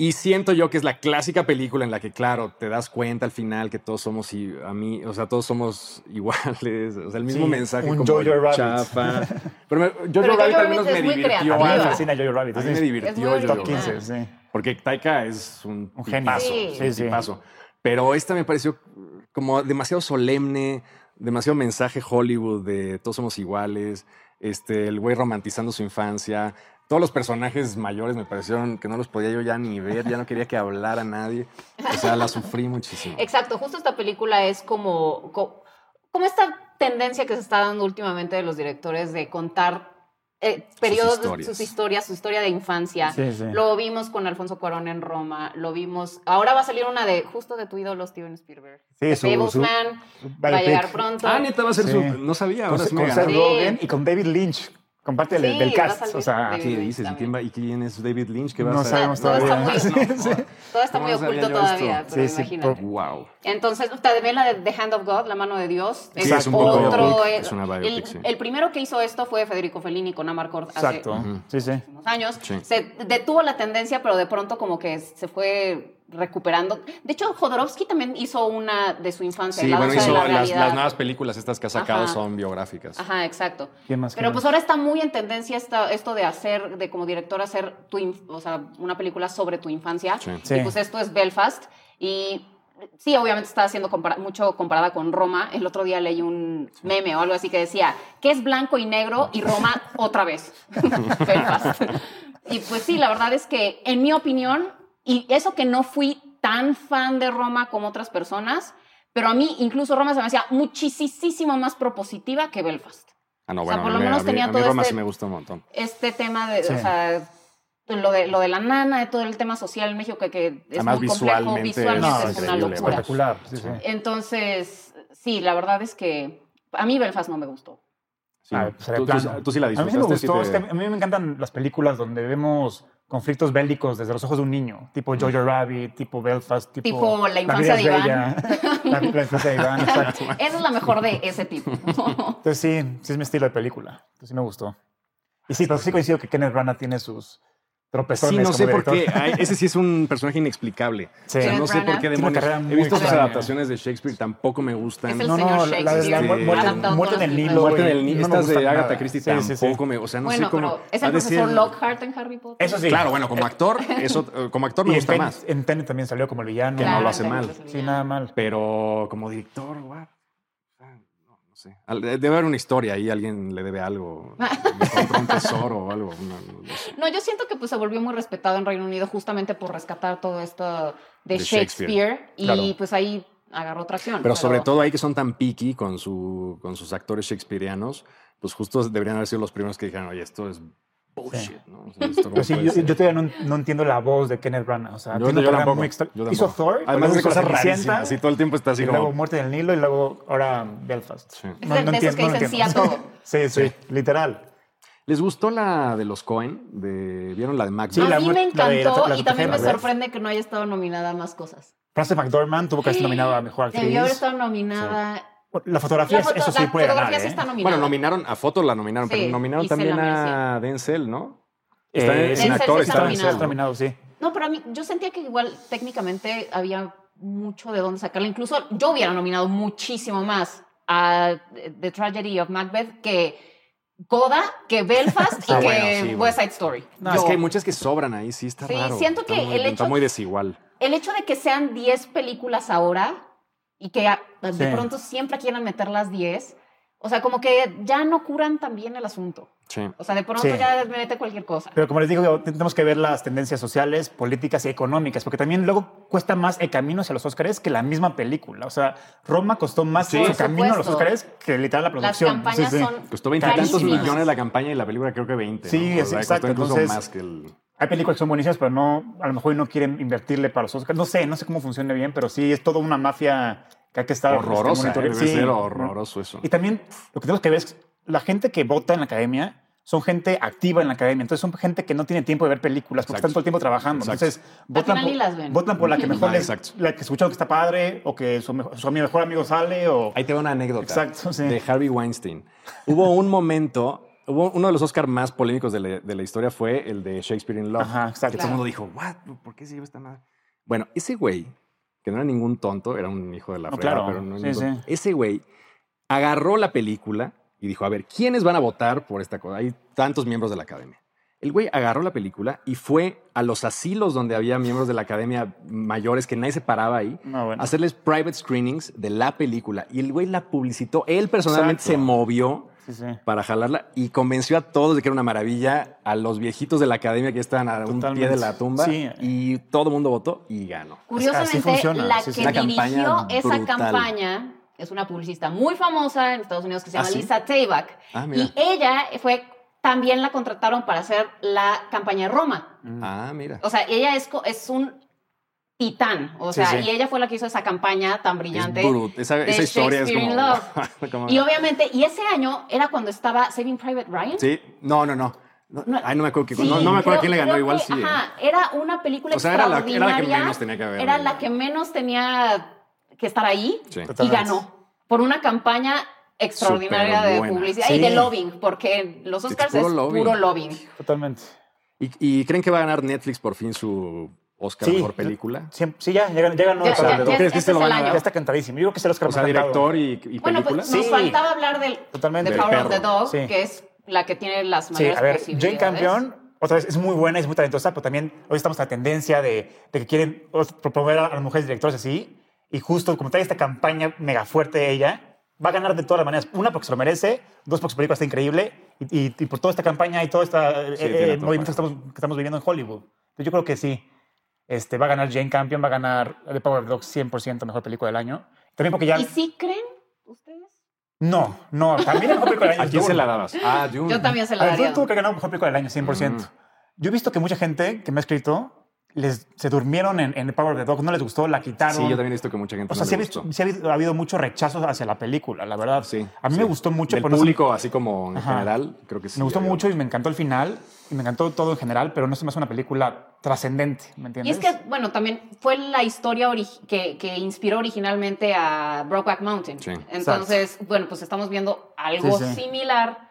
S2: Y siento yo que es la clásica película en la que, claro, te das cuenta al final que todos somos i- a mí, o sea, todos somos iguales, o sea, el mismo
S3: Sí,
S2: mensaje
S3: un
S2: como
S3: Jojo
S2: el
S3: Rabbit.
S2: chafa. Pero me- Jojo
S1: Jojo
S2: Rabbit
S1: Rabbit
S2: al menos
S1: es
S2: me
S1: muy
S2: divirtió.
S3: A mí me
S1: creativa.
S3: fascina Jojo Rabbit.
S2: A mí me
S3: Es
S2: divirtió
S1: muy
S2: Jojo
S3: top
S1: original.
S2: Rabbit.
S3: 15, sí.
S2: Porque Taika es un,
S3: Un genio.
S2: tipazo,
S1: Sí.
S2: es
S3: Sí,
S2: un
S3: sí.
S2: tipazo. Pero esta me pareció como demasiado solemne, demasiado mensaje Hollywood de todos somos iguales, este, el güey romantizando su infancia. Todos los personajes mayores me parecieron que no los podía yo ya ni ver, ya no quería que hablara nadie. O sea, la sufrí muchísimo.
S1: Exacto, justo esta película es como, co- como esta tendencia que se está dando últimamente de los directores de contar eh, periodos, sus historias.
S2: historias.
S1: sus historias, su historia de infancia.
S3: Sí, sí.
S1: Lo vimos con Alfonso Cuarón en Roma, lo vimos. Ahora va a salir una de justo de tu ídolo Steven Spielberg.
S3: Sí,
S1: The
S3: su-
S1: Fableman,
S3: su
S1: va a llegar
S3: biopic.
S1: pronto.
S2: Ah, neta, va a ser
S3: Sí.
S2: su... No sabía,
S3: Con,
S2: ahora sí me
S3: Pues con
S2: ganaron.
S3: Seth
S1: Sí.
S3: Rogen y con David Lynch. comparte el
S1: Sí,
S3: del
S1: vas al
S3: cast. O
S2: Ah,
S3: sea,
S1: David
S4: ¿Qué
S1: Lynch
S4: dices? ¿Y
S1: también.
S4: quién, va- ¿Y quién es David Lynch? ¿Qué va
S3: no
S4: a hacer?
S3: sabemos
S1: todo está
S3: todavía.
S1: muy-
S3: Sí, sí.
S1: Todo está
S4: ¿Cómo
S1: muy
S4: no sabía
S1: oculto
S4: yo
S1: todavía,
S4: esto?
S1: pero
S3: Sí, sí,
S1: imagínate.
S4: Wow.
S1: Entonces, también la de The Hand of God, La Mano de Dios. Este,
S2: Sí, es un poco
S4: biopic, es una biopic,
S1: el,
S4: sí.
S1: el primero que hizo esto fue Federico Fellini con Amarcord hace
S3: Exacto. Sí, sí.
S1: unos años.
S2: Sí.
S1: Se detuvo la tendencia, pero de pronto como que se fue recuperando. De hecho, Jodorowsky también hizo una de su infancia,
S2: Sí,
S1: La
S2: bueno,
S1: danza
S2: hizo
S1: de la
S2: las,
S1: realidad.
S2: las nuevas películas estas que ha sacado
S1: Ajá.
S2: son biográficas.
S1: Ajá, exacto.
S3: ¿Quién más, quién
S1: Pero pues
S3: más?
S1: ahora está muy en tendencia esta- esto de hacer, de como director hacer tu, inf- o sea, una película sobre tu infancia.
S2: Sí.
S3: Sí.
S1: Y pues esto es Belfast. Y sí, obviamente está haciendo compara- mucho comparada con Roma. El otro día leí un meme o algo así que decía, ¿qué es blanco y negro y Roma otra vez? Belfast. Y pues sí, la verdad es que en mi opinión, y eso que no fui tan fan de Roma como otras personas, pero a mí incluso Roma se me hacía muchísimo más propositiva que Belfast
S2: Ah, no,
S1: O sea,
S2: bueno,
S1: por
S2: a
S1: lo
S2: mí me-
S1: menos
S2: a mí-
S1: tenía
S2: a mí
S1: todo
S2: Roma
S1: este-
S2: sí me gusta un montón.
S1: este tema de,
S3: Sí.
S1: o sea, lo de, lo de la nana, de todo el tema social en México que, que es
S2: Además,
S1: muy complejo,
S2: visualmente
S1: visualmente
S2: es
S1: es, una
S2: increíble,
S1: locura.
S2: vaya.
S3: espectacular. Sí, sí.
S1: Entonces, sí, la verdad es que a mí Belfast no me gustó.
S2: Sí.
S3: Ah, pues, era
S2: tú,
S3: plano.
S2: tú- tú sí la
S3: A mí sí
S2: disfrutaste.
S3: me
S2: sí
S3: gustó.
S2: te-
S3: es que a mí me encantan las películas donde vemos conflictos bélicos desde los ojos de un niño, tipo Jojo Rabbit, tipo Belfast, tipo.
S1: Tipo La infancia
S3: vida es
S1: de Iván.
S3: bella. la, la infancia de Iván, exacto.
S1: Esa es la mejor de ese tipo.
S3: Entonces sí, sí es mi estilo de película. Entonces sí me gustó. Y sí, pero sí coincido que Kenneth Branagh tiene sus tropezones.
S2: Sí, no
S3: como
S2: sé por
S3: director.
S2: qué. Ay, ese sí es un personaje inexplicable.
S3: Sí.
S2: O sea, no sé
S1: Kenneth
S2: por qué
S3: Branagh.
S2: demonios.
S3: Tiene una carrera
S2: He visto
S3: muy
S2: sus
S3: extraña.
S2: adaptaciones de Shakespeare, tampoco me gustan.
S1: Es el
S3: No,
S1: señor
S3: no, la, la, la
S1: Shakespeare,
S3: mu- muerte,
S1: adaptado
S3: muerte
S1: todas
S3: en
S1: las
S3: el Nilo.
S1: películas.
S2: Muerte
S3: güey,
S2: del Ni-
S3: no me
S2: Estas de
S3: gustan
S2: Agatha
S3: nada.
S2: Christie
S3: Sí, sí, sí.
S2: tampoco me. O sea, no
S1: bueno,
S2: sé cómo.
S1: pero es
S2: ha
S1: el
S2: de
S1: profesor
S2: ser-
S1: Lockhart en Harry Potter.
S3: Eso sí.
S2: Claro, bueno, como actor, eso, eh, como actor me
S3: Y en
S2: gusta
S3: Tenet-
S2: más.
S3: En Tenet también salió como el villano.
S2: que no
S1: Claro,
S2: lo hace
S1: Tenet
S2: mal.
S1: es el
S3: Sí,
S1: villano.
S3: nada mal.
S2: Pero como director, guau. Ah, No, no sé. Al- Debe haber una historia ahí, alguien le debe algo. le compró un tesoro o algo. una- no sé.
S1: No, yo siento que pues se volvió muy respetado en Reino Unido justamente por rescatar todo esto de,
S2: De Shakespeare.
S1: Shakespeare, y
S2: Claro.
S1: pues ahí agarró tracción.
S2: Pero sobre todo ahí que son tan picky con, su, con sus actores shakespearianos, pues justo deberían haber sido los primeros que dijeron, oye, esto es bullshit, ¿no? O sea, esto no
S3: Pero sí,
S2: puede
S3: yo,
S2: ser.
S3: yo todavía no, no entiendo la voz de Kenneth Branagh. O sea,
S2: Yo-
S3: tiene una
S2: yo
S3: carrera
S2: tampoco,
S3: muy extra-
S2: yo
S3: hizo
S2: tampoco.
S3: Thor,
S2: Además de
S3: hizo La
S2: cosas
S3: Cenicienta,
S2: rarísimas, así todo el tiempo está así
S3: y luego
S2: como...
S3: Muerte del Nilo y luego ahora Belfast.
S2: Sí.
S1: Es de- de esos que
S3: lo
S1: dicen
S3: entiendo.
S1: sí a todo.
S3: sí, sí, literal.
S2: ¿Les gustó la de los Cohen? De, ¿Vieron la de Max?
S3: Sí,
S1: a
S3: la
S1: mí me
S3: muerte- la de la-
S1: encantó
S3: la- la-
S1: y también me
S3: la- la-
S1: sorprende que no haya estado nominada a más cosas.
S3: Frances McDormand tuvo que haber nominado a Mejor Actriz.
S1: Debió haber estado nominada.
S3: La
S1: La
S3: fotografía,
S1: foto-
S3: eso sí
S1: la
S3: puede ganar.
S1: fotografía sí
S3: ¿eh?
S1: está nominada.
S2: Bueno, nominaron, a foto la nominaron,
S1: Sí,
S2: pero nominaron
S1: y se
S2: también
S1: la
S2: a Denzel, ¿no?
S3: Eh,
S2: Está en-
S3: Denzel
S1: sí
S2: en actor,
S1: está
S2: está en
S1: nominado.
S2: Denzel,
S3: Está
S2: ¿no?
S3: nominado, sí.
S1: No, pero a mí yo sentía que igual técnicamente había mucho de dónde sacarla. Incluso yo hubiera nominado muchísimo más a The Tragedy of Macbeth que Goda, que Belfast y
S2: Ah,
S1: que
S2: bueno, sí, bueno.
S1: West Side Story.
S2: No,
S3: Ah,
S1: Yo-
S2: es que hay muchas que sobran ahí, sí, está
S1: Sí,
S2: raro.
S1: siento
S2: Está
S1: que
S2: muy-
S1: el hecho-
S2: Está muy desigual.
S1: el hecho de que sean 10 películas ahora y que a- de
S3: Sí.
S1: pronto siempre quieran meter las 10, o sea, como que ya no curan tan bien el asunto.
S2: Sí.
S1: O sea, de pronto
S3: Sí.
S1: ya mete cualquier cosa.
S3: Pero como les digo, tenemos que ver las tendencias sociales, políticas y económicas, porque también luego cuesta más el camino hacia los Óscares que la misma película. O sea, Roma costó más
S2: Sí.
S3: el
S2: Por
S3: camino a los
S1: supuesto.
S3: Óscares que literal la
S1: Las
S3: producción.
S1: campañas
S3: Sí, sí.
S1: son
S2: Costó 20 y tantos
S1: carísimas.
S2: millones la campaña y la película creo que 20.
S3: Sí,
S2: ¿no?
S3: es-
S2: O sea,
S3: exacto,
S2: Costó incluso
S3: entonces-
S2: más que el...
S3: Hay películas que son buenísimas, pero no, a lo mejor no quieren invertirle para los Óscares. No sé, no sé cómo funciona bien, pero sí es toda una mafia que hay que estar este,
S2: Horrorosa, ¿eh?
S3: monitoreando.
S2: debe
S3: Sí.
S2: ser horroroso eso.
S3: Y también lo que tenemos que ver es la gente que vota en la academia son gente activa en la academia, entonces son gente que no tiene tiempo de ver películas porque
S2: Exacto.
S3: están todo el tiempo trabajando.
S2: Exacto.
S3: Entonces
S1: final ni las ven.
S3: votan por la que mejor
S2: Ah,
S3: les,
S2: exacto.
S3: la que escucharon que está padre o que su, mejo- su amigo- mejor amigo sale o
S2: Ahí te va una anécdota
S3: Exacto, sí.
S2: de Harvey Weinstein. Hubo un momento, hubo uno de los Oscars más polémicos de la, de la historia fue el de Shakespeare in Love.
S3: Ajá, exacto.
S2: Que todo el mundo dijo, ¿What? ¿por qué se lleva esta madre? Bueno, ese güey, que no era ningún tonto, era un hijo de la
S3: No,
S2: fregada,
S3: claro.
S2: pero no era
S3: Sí,
S2: ningún tonto.
S3: sí.
S2: Ese güey agarró la película y dijo, a ver, ¿quiénes van a votar por esta cosa? Hay tantos miembros de la academia. El güey agarró la película y fue a los asilos donde había miembros de la academia mayores que nadie se paraba ahí
S3: No, bueno.
S2: a hacerles private screenings de la película. Y el güey la publicitó. Él personalmente
S3: Exacto.
S2: se movió
S3: Sí, sí.
S2: para jalarla y convenció a todos de que era una maravilla, a los viejitos de la academia que estaban a un
S3: Totalmente.
S2: pie de la tumba.
S3: Sí.
S2: Y todo el mundo votó y ganó.
S1: Curiosamente,
S3: Así funciona,
S1: la
S3: sí, sí.
S1: que
S2: Una
S1: dirigió
S2: campaña
S1: esa
S2: brutal.
S1: campaña es una publicista muy famosa en Estados Unidos que se
S2: ¿Ah,
S1: llama
S2: sí?
S1: Lisa Tayback.
S2: Ah, mira.
S1: y ella fue, también la
S3: Mm,
S1: contrataron para hacer la campaña Roma.
S2: Ah, mira.
S1: O sea, ella es, co- es un titán. O
S2: Sí,
S1: sea,
S2: sí.
S1: y ella fue la que hizo esa campaña tan brillante.
S2: Es brut. Esa,
S1: de
S2: esa historia es
S1: Shakespeare in
S2: como.
S1: Love.
S2: como-
S1: Y obviamente, y ese año era cuando estaba Saving Private Ryan.
S2: Sí, no, no, no. No,
S1: No.
S2: ay, no me acuerdo, que-
S1: Sí,
S2: no, no me
S1: creo-
S2: acuerdo quién le ganó,
S1: creo
S2: igual
S1: que-
S2: sí. ¿eh?
S1: Ajá, era una película
S2: O sea, era la- era
S1: extraordinaria.
S2: la que menos tenía que haber.
S1: Era la que menos tenía que estar ahí
S2: Sí.
S1: y
S3: Totalmente.
S1: ganó por una campaña extraordinaria de
S2: Superbuena.
S1: publicidad y
S3: Sí.
S1: de lobbying, porque los
S2: Sí,
S1: Oscars
S2: puro
S1: es
S2: lobbying.
S1: puro lobbying.
S3: Totalmente.
S2: ¿Y, y creen que va a ganar Netflix por fin su Oscar
S3: Sí.
S2: mejor película?
S3: Sí, sí, ya, ya, ya ganó
S1: Ya-
S3: el Oscar
S1: ya-
S3: de dos.
S1: ya-
S2: ¿crees que
S1: este
S2: se lo
S1: es el
S2: van a
S1: año.
S2: dar?
S3: Ya está cantadísimo. Yo creo que es el Oscar
S2: O sea,
S3: más cantado.
S2: director y, y
S1: Bueno,
S2: película.
S1: pues nos
S3: Sí.
S1: faltaba hablar del
S3: Totalmente.
S1: The
S2: Del
S1: Power of
S2: perro.
S1: the Dog,
S3: Sí.
S1: que es la que tiene las
S3: Sí,
S1: mayores
S3: a ver, Jane
S1: posibilidades.
S3: Campion, otra vez, es muy buena, es muy talentosa, pero también hoy estamos en la tendencia de, de que quieren o- proponer a, a las mujeres directoras así. Y justo como trae esta campaña mega fuerte de ella, va a ganar de todas las maneras. Una, porque se lo merece. Dos, porque su película está increíble. Y, y- y por toda esta campaña y todo este
S2: tiene todo
S3: movimiento que
S2: para-
S3: estamos, que estamos viviendo en Hollywood. Entonces, yo creo que sí. Este, va a ganar Jane Campion, va a ganar The Power of the Dog 100% mejor película del año. También porque ya...
S1: ¿Y si creen ustedes?
S3: No, no, también la mejor película del
S2: ¿A
S3: año.
S2: quién
S3: es
S2: se
S3: Dune.
S2: la dabas?
S4: Ah, Dune.
S1: Yo también se la
S3: A ver,
S1: daría.
S3: tú tuvo que ganar mejor película del año, 100%.
S2: Mm.
S3: Yo he visto que mucha gente que me ha escrito les, se durmieron en, en Power of the Dog, no les gustó, la quitaron.
S2: Sí, yo también he visto que mucha gente
S3: O sea,
S2: no
S3: sí,
S2: le
S3: ha
S2: gustó.
S3: visto- sí ha habido, ha habido mucho rechazo hacia la película, la verdad.
S2: Sí,
S3: A mí
S2: sí.
S3: me gustó mucho.
S2: Del
S3: pero no sé-
S2: público, así como en
S3: Ajá.
S2: general, creo que sí. eh,
S3: me gustó
S2: había-
S3: mucho y me encantó el final. Y me encantó todo en general, pero no se me hace una película trascendente, ¿me
S1: Y es
S3: entiendes?
S1: que, bueno, también fue la historia ori- que, que inspiró originalmente a Brokeback Mountain.
S2: Sí.
S1: Entonces, bueno, pues estamos viendo algo
S3: Sí, sí.
S1: similar.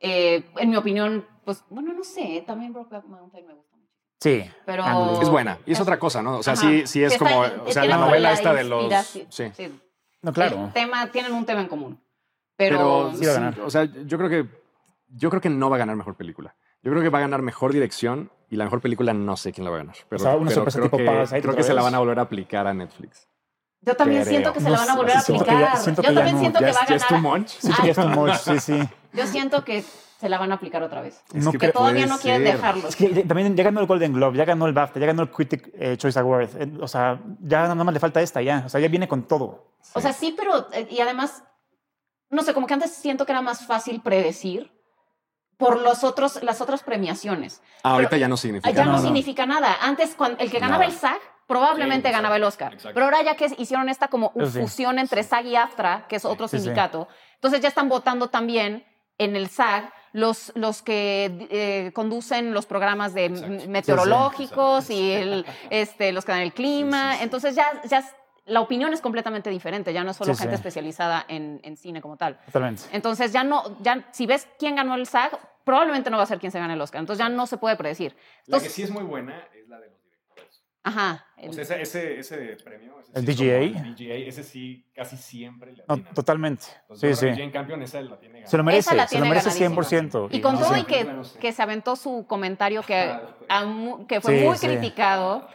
S1: Eh, en mi opinión, pues, bueno, no sé, también Brokeback Mountain me gusta mucho.
S3: Sí.
S1: Pero-
S3: Angus.
S2: Ah, Es buena. Y es otra cosa, ¿no? O sea, sí,
S1: Ajá.
S2: sí es
S1: Que
S2: como.
S1: está-
S2: O sea,
S1: tiene
S2: la
S1: como
S2: novela
S1: la
S2: esta de los.
S1: inspiración.
S2: Sí.
S1: Sí.
S3: No, claro.
S1: El tema, tienen un tema en común.
S2: Pero,
S1: Pero,
S3: sí va a ganar.
S2: o sea, yo creo que yo creo que no va a ganar mejor película. Yo creo que va a ganar mejor dirección y la mejor película no sé quién la va a ganar. Pero,
S3: O sea, una
S2: pero
S3: sorpresa
S2: creo
S3: tipo
S2: que,
S3: Parasite
S2: creo
S3: otra
S2: que se la
S3: vez.
S2: van a volver a aplicar a Netflix.
S1: yo también
S2: Creo.
S1: siento que se la
S3: No
S1: van a
S3: sé,
S1: volver a
S3: siento que ya-
S1: aplicar.
S3: siento
S1: yo
S3: que ya
S1: también
S3: no,
S1: siento que
S2: es-
S1: va a
S2: ya es too
S1: ganar.
S2: much.
S3: Siento que ya es
S1: ah.
S3: too much, sí, sí.
S1: Yo siento que se la van a aplicar otra vez.
S2: Es
S3: No
S1: Que
S2: que
S3: creo-
S1: todavía
S2: puede
S1: no quieren
S2: ser.
S1: dejarlo.
S3: Es que ya- también ya ganó el Golden Globe, ya ganó el BAFTA, ya ganó el Critic eh, Choice Award. Eh, o sea, ya nada más le falta esta ya. O sea, ya viene con todo.
S1: O sea, sí, pero. eh, Y además, no sé, como que antes siento que era más fácil predecir por los otros, las otras premiaciones.
S2: Ah, ahorita ya no significa.
S1: Ya no,
S2: nada.
S1: significa nada. Antes, cuando, el que ganaba
S2: Nada.
S1: el SAG probablemente
S2: Sí,
S1: ganaba el Oscar.
S2: exacto.
S1: Pero ahora ya que hicieron esta como
S3: Eso sí.
S1: fusión entre SAG y AFTRA, que es otro
S3: sí, sí.
S1: sindicato, entonces ya están votando también en el SAG los, los que eh, conducen los programas de m- meteorológicos y el, este, los que dan el clima. Entonces ya, ya es- la opinión es completamente diferente. Ya no es solo
S3: Sí,
S1: gente
S3: sí.
S1: especializada en, en cine como tal.
S3: Totalmente.
S1: Entonces ya no, ya si ves quién ganó el SAG, probablemente no va a ser quién se gane el Oscar. Entonces ya no se puede predecir.
S5: La que sí es muy buena es la de los directores.
S1: Ajá.
S5: O sea, ese, ese, ese premio. Ese
S3: ¿El
S5: sí es como
S3: DGA?
S5: el DGA, ese sí casi siempre le
S3: No,
S5: atinan.
S3: totalmente.
S5: Entonces, yo
S3: Sí,
S5: creo que
S3: sí.
S5: Jane Campion esa la tiene
S3: Se lo merece,
S1: Esa la
S3: se lo
S1: tiene
S3: merece
S1: ganadísima.
S3: 100%.
S1: y con
S3: sí,
S1: todo
S3: sí.
S1: y que,
S5: Bueno, sí.
S1: que se aventó su comentario que,
S5: Ajá.
S1: a mu- que fue
S3: Sí,
S1: muy
S3: sí.
S1: criticado,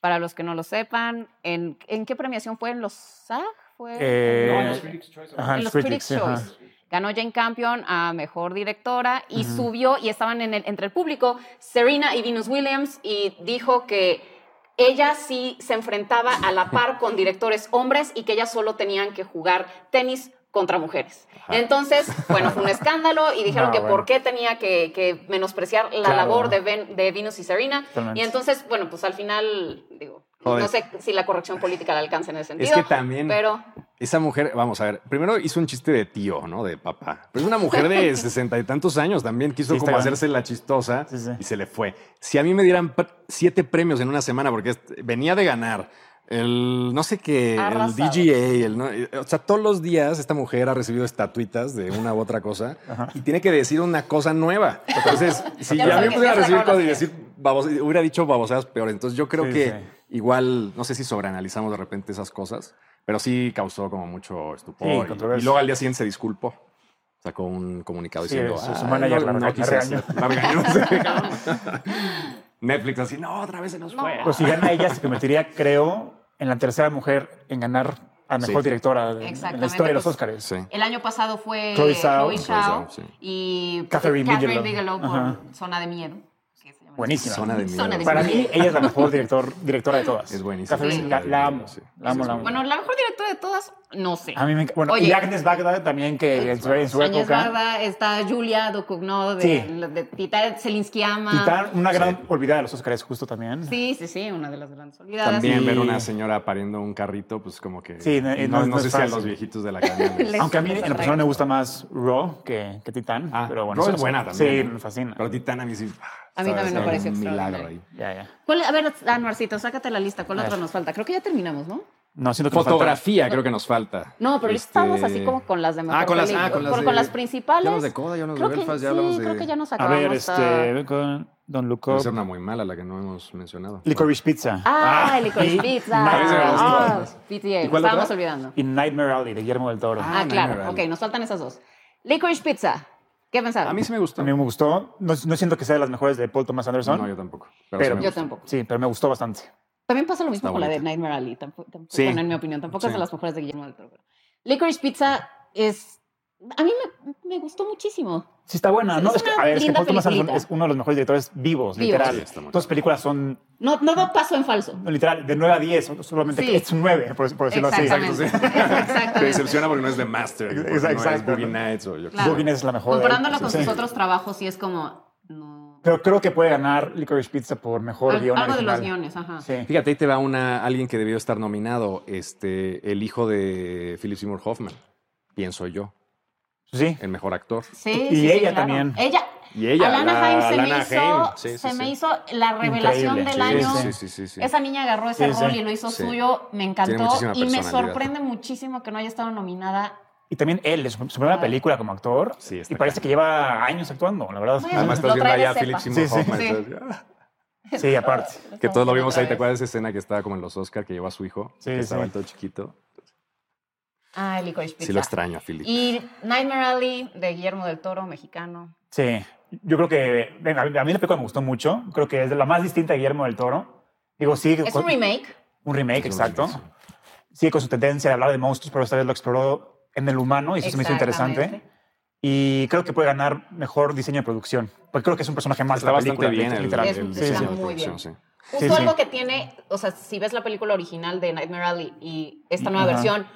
S1: para los que no lo sepan, ¿en, en qué premiación fue? ¿En los SAG? ¿Fue?
S3: Eh,
S5: No,
S1: en
S5: los
S1: los-
S5: Critics' Choice
S3: ajá,
S1: en los
S3: Critics,
S1: Critics'
S3: ajá.
S1: Choice. Ganó Jane Campion a Mejor Directora y subió y estaban en el- entre el público Serena y Venus Williams y dijo que ella sí se enfrentaba a la par con directores hombres y que ellas solo tenían que jugar tenis contra mujeres. Entonces, bueno, fue un escándalo y dijeron
S3: No,
S1: que
S3: bueno.
S1: por qué tenía que, que menospreciar la
S3: Claro.
S1: labor de, Ven- de Venus y Serena.
S3: Totalmente.
S1: Y entonces, bueno, pues al final, digo,
S2: Joder.
S1: no sé si la corrección política la alcanza en ese
S2: que
S1: sentido.
S2: también-
S1: Pero
S2: Esa mujer, vamos a ver, primero hizo un chiste de tío, ¿no? De papá. Pero es una mujer de sesenta y tantos años también, quiso
S3: Sí, está
S2: como
S3: grande.
S2: hacerse la chistosa
S3: Sí, sí.
S2: y se le fue. Si a mí me dieran pr- siete premios en una semana, porque este- venía de ganar el no sé qué, el
S1: Arrasado.
S2: DGA, el, no- Eh, o sea, todos los días esta mujer ha recibido estatuitas de una u otra cosa y tiene que decir una cosa nueva. Entonces, si
S1: Ya
S2: a mí
S1: sé
S2: me
S1: que
S2: pudiera
S1: ya
S2: recibir
S1: sacaron
S2: cosas y
S1: las
S2: decir, babos- hubiera dicho babosadas peor. Entonces, yo creo
S3: Sí,
S2: que
S3: sí.
S2: igual, no sé si sobreanalizamos de repente esas cosas, pero sí causó como mucho estupor.
S3: Sí,
S2: Y- y,
S3: controversia.
S2: luego al día siguiente se disculpó. Sacó un comunicado
S3: Sí,
S2: diciendo.
S3: su- su
S2: "Ay,
S3: manager
S2: no,
S3: la
S2: no
S3: regañó".
S2: quise
S3: La
S2: hacer- la regañó, sí, cabrón. Netflix así, no, otra vez se nos fue.
S3: Pero Pues si gana ella, se convertiría, creo, en la tercera mujer en ganar a mejor
S2: Sí.
S3: directora de- en
S1: Exactamente,
S3: la historia de los
S1: pues,
S3: Oscars.
S2: Sí.
S1: El año pasado fue
S3: Chloe Zhao.
S1: Chloe Zhao
S2: Chloe Zhao, sí.
S1: y
S3: Catherine
S1: Catherine
S3: Bigelow.
S1: Bigelow por
S3: Ajá.
S1: Zona de Miedo. Sí, se llama.
S3: Buenísima.
S4: Zona de miedo.
S1: Zona de
S3: Para
S1: mieca.
S3: mí, ella es la mejor director, directora de todas.
S4: Es buenísima.
S3: Catherine,
S1: Sí.
S3: la, la amo.
S2: Sí.
S3: La amo, la amo.
S1: Bueno, la mejor directora de todas, no sé.
S3: a mí me enc- Bueno, y
S1: Oye.
S3: Agnes Bagdad también, que en su, en su
S1: Áñez
S3: época.
S1: Barda, está Julia Ducournau de,
S3: Sí.
S1: de Tita Selinskiama.
S3: Titán, una gran olvidada de los Oscars, justo también.
S1: Sí, sí, sí, una de las grandes olvidadas.
S4: También
S3: Sí.
S4: ver una señora pariendo un carrito, pues como que.
S3: Sí, no-
S4: no,
S3: no-
S4: no
S3: no es
S4: sé si a
S3: fácil.
S4: los viejitos de la academia. les-
S1: Les-
S3: Aunque a mí
S1: les
S3: en lo personal me gusta más Raw que, que Titán.
S4: Ah,
S3: pero bueno,
S4: Raw
S3: eso-
S4: es buena
S3: Sí,
S4: también.
S2: ¿eh?
S3: me fascina.
S4: Pero Titán a mí sí.
S1: A mí
S4: estaba-
S1: también me
S4: estaba
S1: pareció
S4: un milagro
S1: extraordinario.
S4: ahí.
S3: Ya, ya.
S1: ¿Cuál- a ver, Anuarcito, sácate la lista. ¿Cuál
S3: A
S1: otra
S3: ver.
S1: nos falta? Creo que ya terminamos, ¿no?
S3: No, siento que nos falta-
S2: Fotografía creo que nos falta.
S1: No, pero
S2: Este-
S1: estamos así como con las de mejor
S2: Ah, con las, ah,
S1: película.
S2: con las,
S1: Con-
S2: de-
S1: con las principales.
S2: Ya hablamos de Coda, ya hablamos de
S1: creo que,
S2: Belfast, ya
S1: sí,
S2: hablamos de...
S1: creo que ya nos
S3: A
S1: acabamos.
S3: ver,
S1: a-
S3: este, con Don Look
S2: Debe
S3: Up.
S2: ser una muy mala la que no hemos mencionado.
S3: Licorice Pizza.
S1: Ah, el
S3: y-
S1: Licorice Pizza.
S3: Night-
S1: Ah, PTA,
S2: ¿Y
S1: lo
S2: cuál
S1: estábamos
S2: otra?
S1: olvidando.
S3: Y Nightmare Alley de Guillermo del Toro.
S1: Ah,
S2: Ah,
S1: claro.
S2: Nightmare
S1: Ok,
S2: Alley.
S1: nos faltan esas dos. Licorice Pizza. ¿Qué pensaron?
S2: A mí sí me gustó.
S3: A mí me gustó. No, no siento que sea de las mejores de Paul Thomas Anderson.
S2: No, yo tampoco. Pero,
S3: Pero-
S2: sí me
S1: Yo
S2: gustó.
S1: tampoco.
S3: Sí, pero me gustó bastante.
S1: También pasa lo mismo
S2: Está
S1: con la de
S2: bonita.
S1: Nightmare Alley. Tampoco, tampoco-
S2: Sí.
S1: bueno, en mi opinión, tampoco es de
S2: Sí.
S1: las mejores de Guillermo del Toro. pero- Licorice Pizza es... A mí me, me gustó muchísimo.
S3: Sí, está buena.
S1: Es
S3: ¿no?
S1: una
S3: Es que, a ver, es que
S1: linda
S3: Paul Thomas Anderson
S1: peliculita.
S3: es uno de los mejores directores vivos,
S1: Vivos.
S3: literal.
S2: Sí, está muy
S3: Todas sus películas son,
S1: No, no da paso en falso.
S3: no, literal, de 9 a 10. Solamente
S1: Sí.
S3: que es un 9, por, por decirlo así.
S1: Exactamente.
S2: Te
S1: Exactamente.
S2: decepciona porque no es de Master. porque
S3: Exacto,
S2: No es
S3: exacto.
S2: Boogie Nights o yo qué
S1: Claro.
S2: sé.
S3: Boogie Nights es la mejor.
S1: Comparándolo
S3: Sí,
S1: con
S3: sí.
S1: sus otros trabajos, sí es como... No.
S3: Pero creo que puede ganar Licorice Pizza por mejor
S1: Al-
S3: guión
S1: algo de los
S3: original.
S1: guiones, ajá.
S3: Sí.
S2: Fíjate, ahí te va una, alguien que debió estar nominado, este, el hijo de Philip Seymour Hoffman, pienso yo,
S3: Pues Sí.
S2: el mejor actor.
S1: Sí,
S3: Y
S1: sí, sí,
S3: ella
S1: claro.
S3: también.
S1: Ella,
S2: Y ella,
S1: Alana
S2: la-
S1: Haim se, me,
S2: Alana
S1: hizo,
S2: Haim. Sí, sí,
S1: se
S2: sí.
S1: me hizo la revelación
S3: Increíble.
S1: del
S3: Sí,
S1: año.
S2: Sí, sí, sí, sí.
S1: Esa niña agarró ese
S3: Sí, sí.
S1: rol y lo hizo
S2: Sí.
S1: suyo, me
S2: Tiene
S1: encantó
S2: muchísima
S1: y me
S2: personalidad.
S1: sorprende muchísimo que no haya estado nominada.
S3: Y también él, es su su primera
S1: Ah.
S3: película como actor.
S2: Sí, está
S3: y parece que lleva años actuando, la verdad.
S1: Bueno.
S2: Nada más estás
S1: Lo
S2: viendo
S1: trae de
S2: allá a Philip
S1: cepa.
S2: Seymour
S3: Sí, sí.
S2: Hoffman.
S1: Sí.
S2: entonces, ah,
S3: Sí, aparte.
S2: Que todos lo
S1: Estamos
S2: vimos
S1: otra
S2: ahí. ¿Te
S1: vez.
S2: acuerdas de esa escena que estaba como en los Oscar que llevó a su hijo?
S3: Sí,
S2: que estaba
S3: sí.
S2: el todo chiquito.
S1: Ah, el Licorice Pizza.
S2: Sí, lo extraño a Philip.
S1: Y Nightmare Alley de Guillermo del Toro, mexicano.
S3: Sí. Yo creo que venga, a mí la película me gustó mucho. Creo que es de la más distinta de Guillermo del Toro. Digo, sí.
S1: Es
S3: con-
S1: un remake.
S3: un
S2: Es
S3: remake,
S2: un
S3: exacto.
S2: remake,
S3: Sí, con su tendencia de hablar de monstruos, pero esta vez lo exploró en el humano y eso se me hizo interesante.
S1: Exactamente.
S3: Y creo que puede ganar mejor diseño de producción. Porque creo que es un personaje más de
S2: Está
S3: la
S2: bastante
S3: película,
S2: bien el,
S3: literal.
S1: Es-
S2: el
S1: está
S3: sí,
S2: diseño
S3: sí.
S2: de
S1: muy bien.
S2: producción, sí.
S1: Justo
S3: Sí, sí.
S1: algo que tiene, o sea, si ves la película original de Nightmare Alley y esta nueva
S3: Ajá.
S1: versión,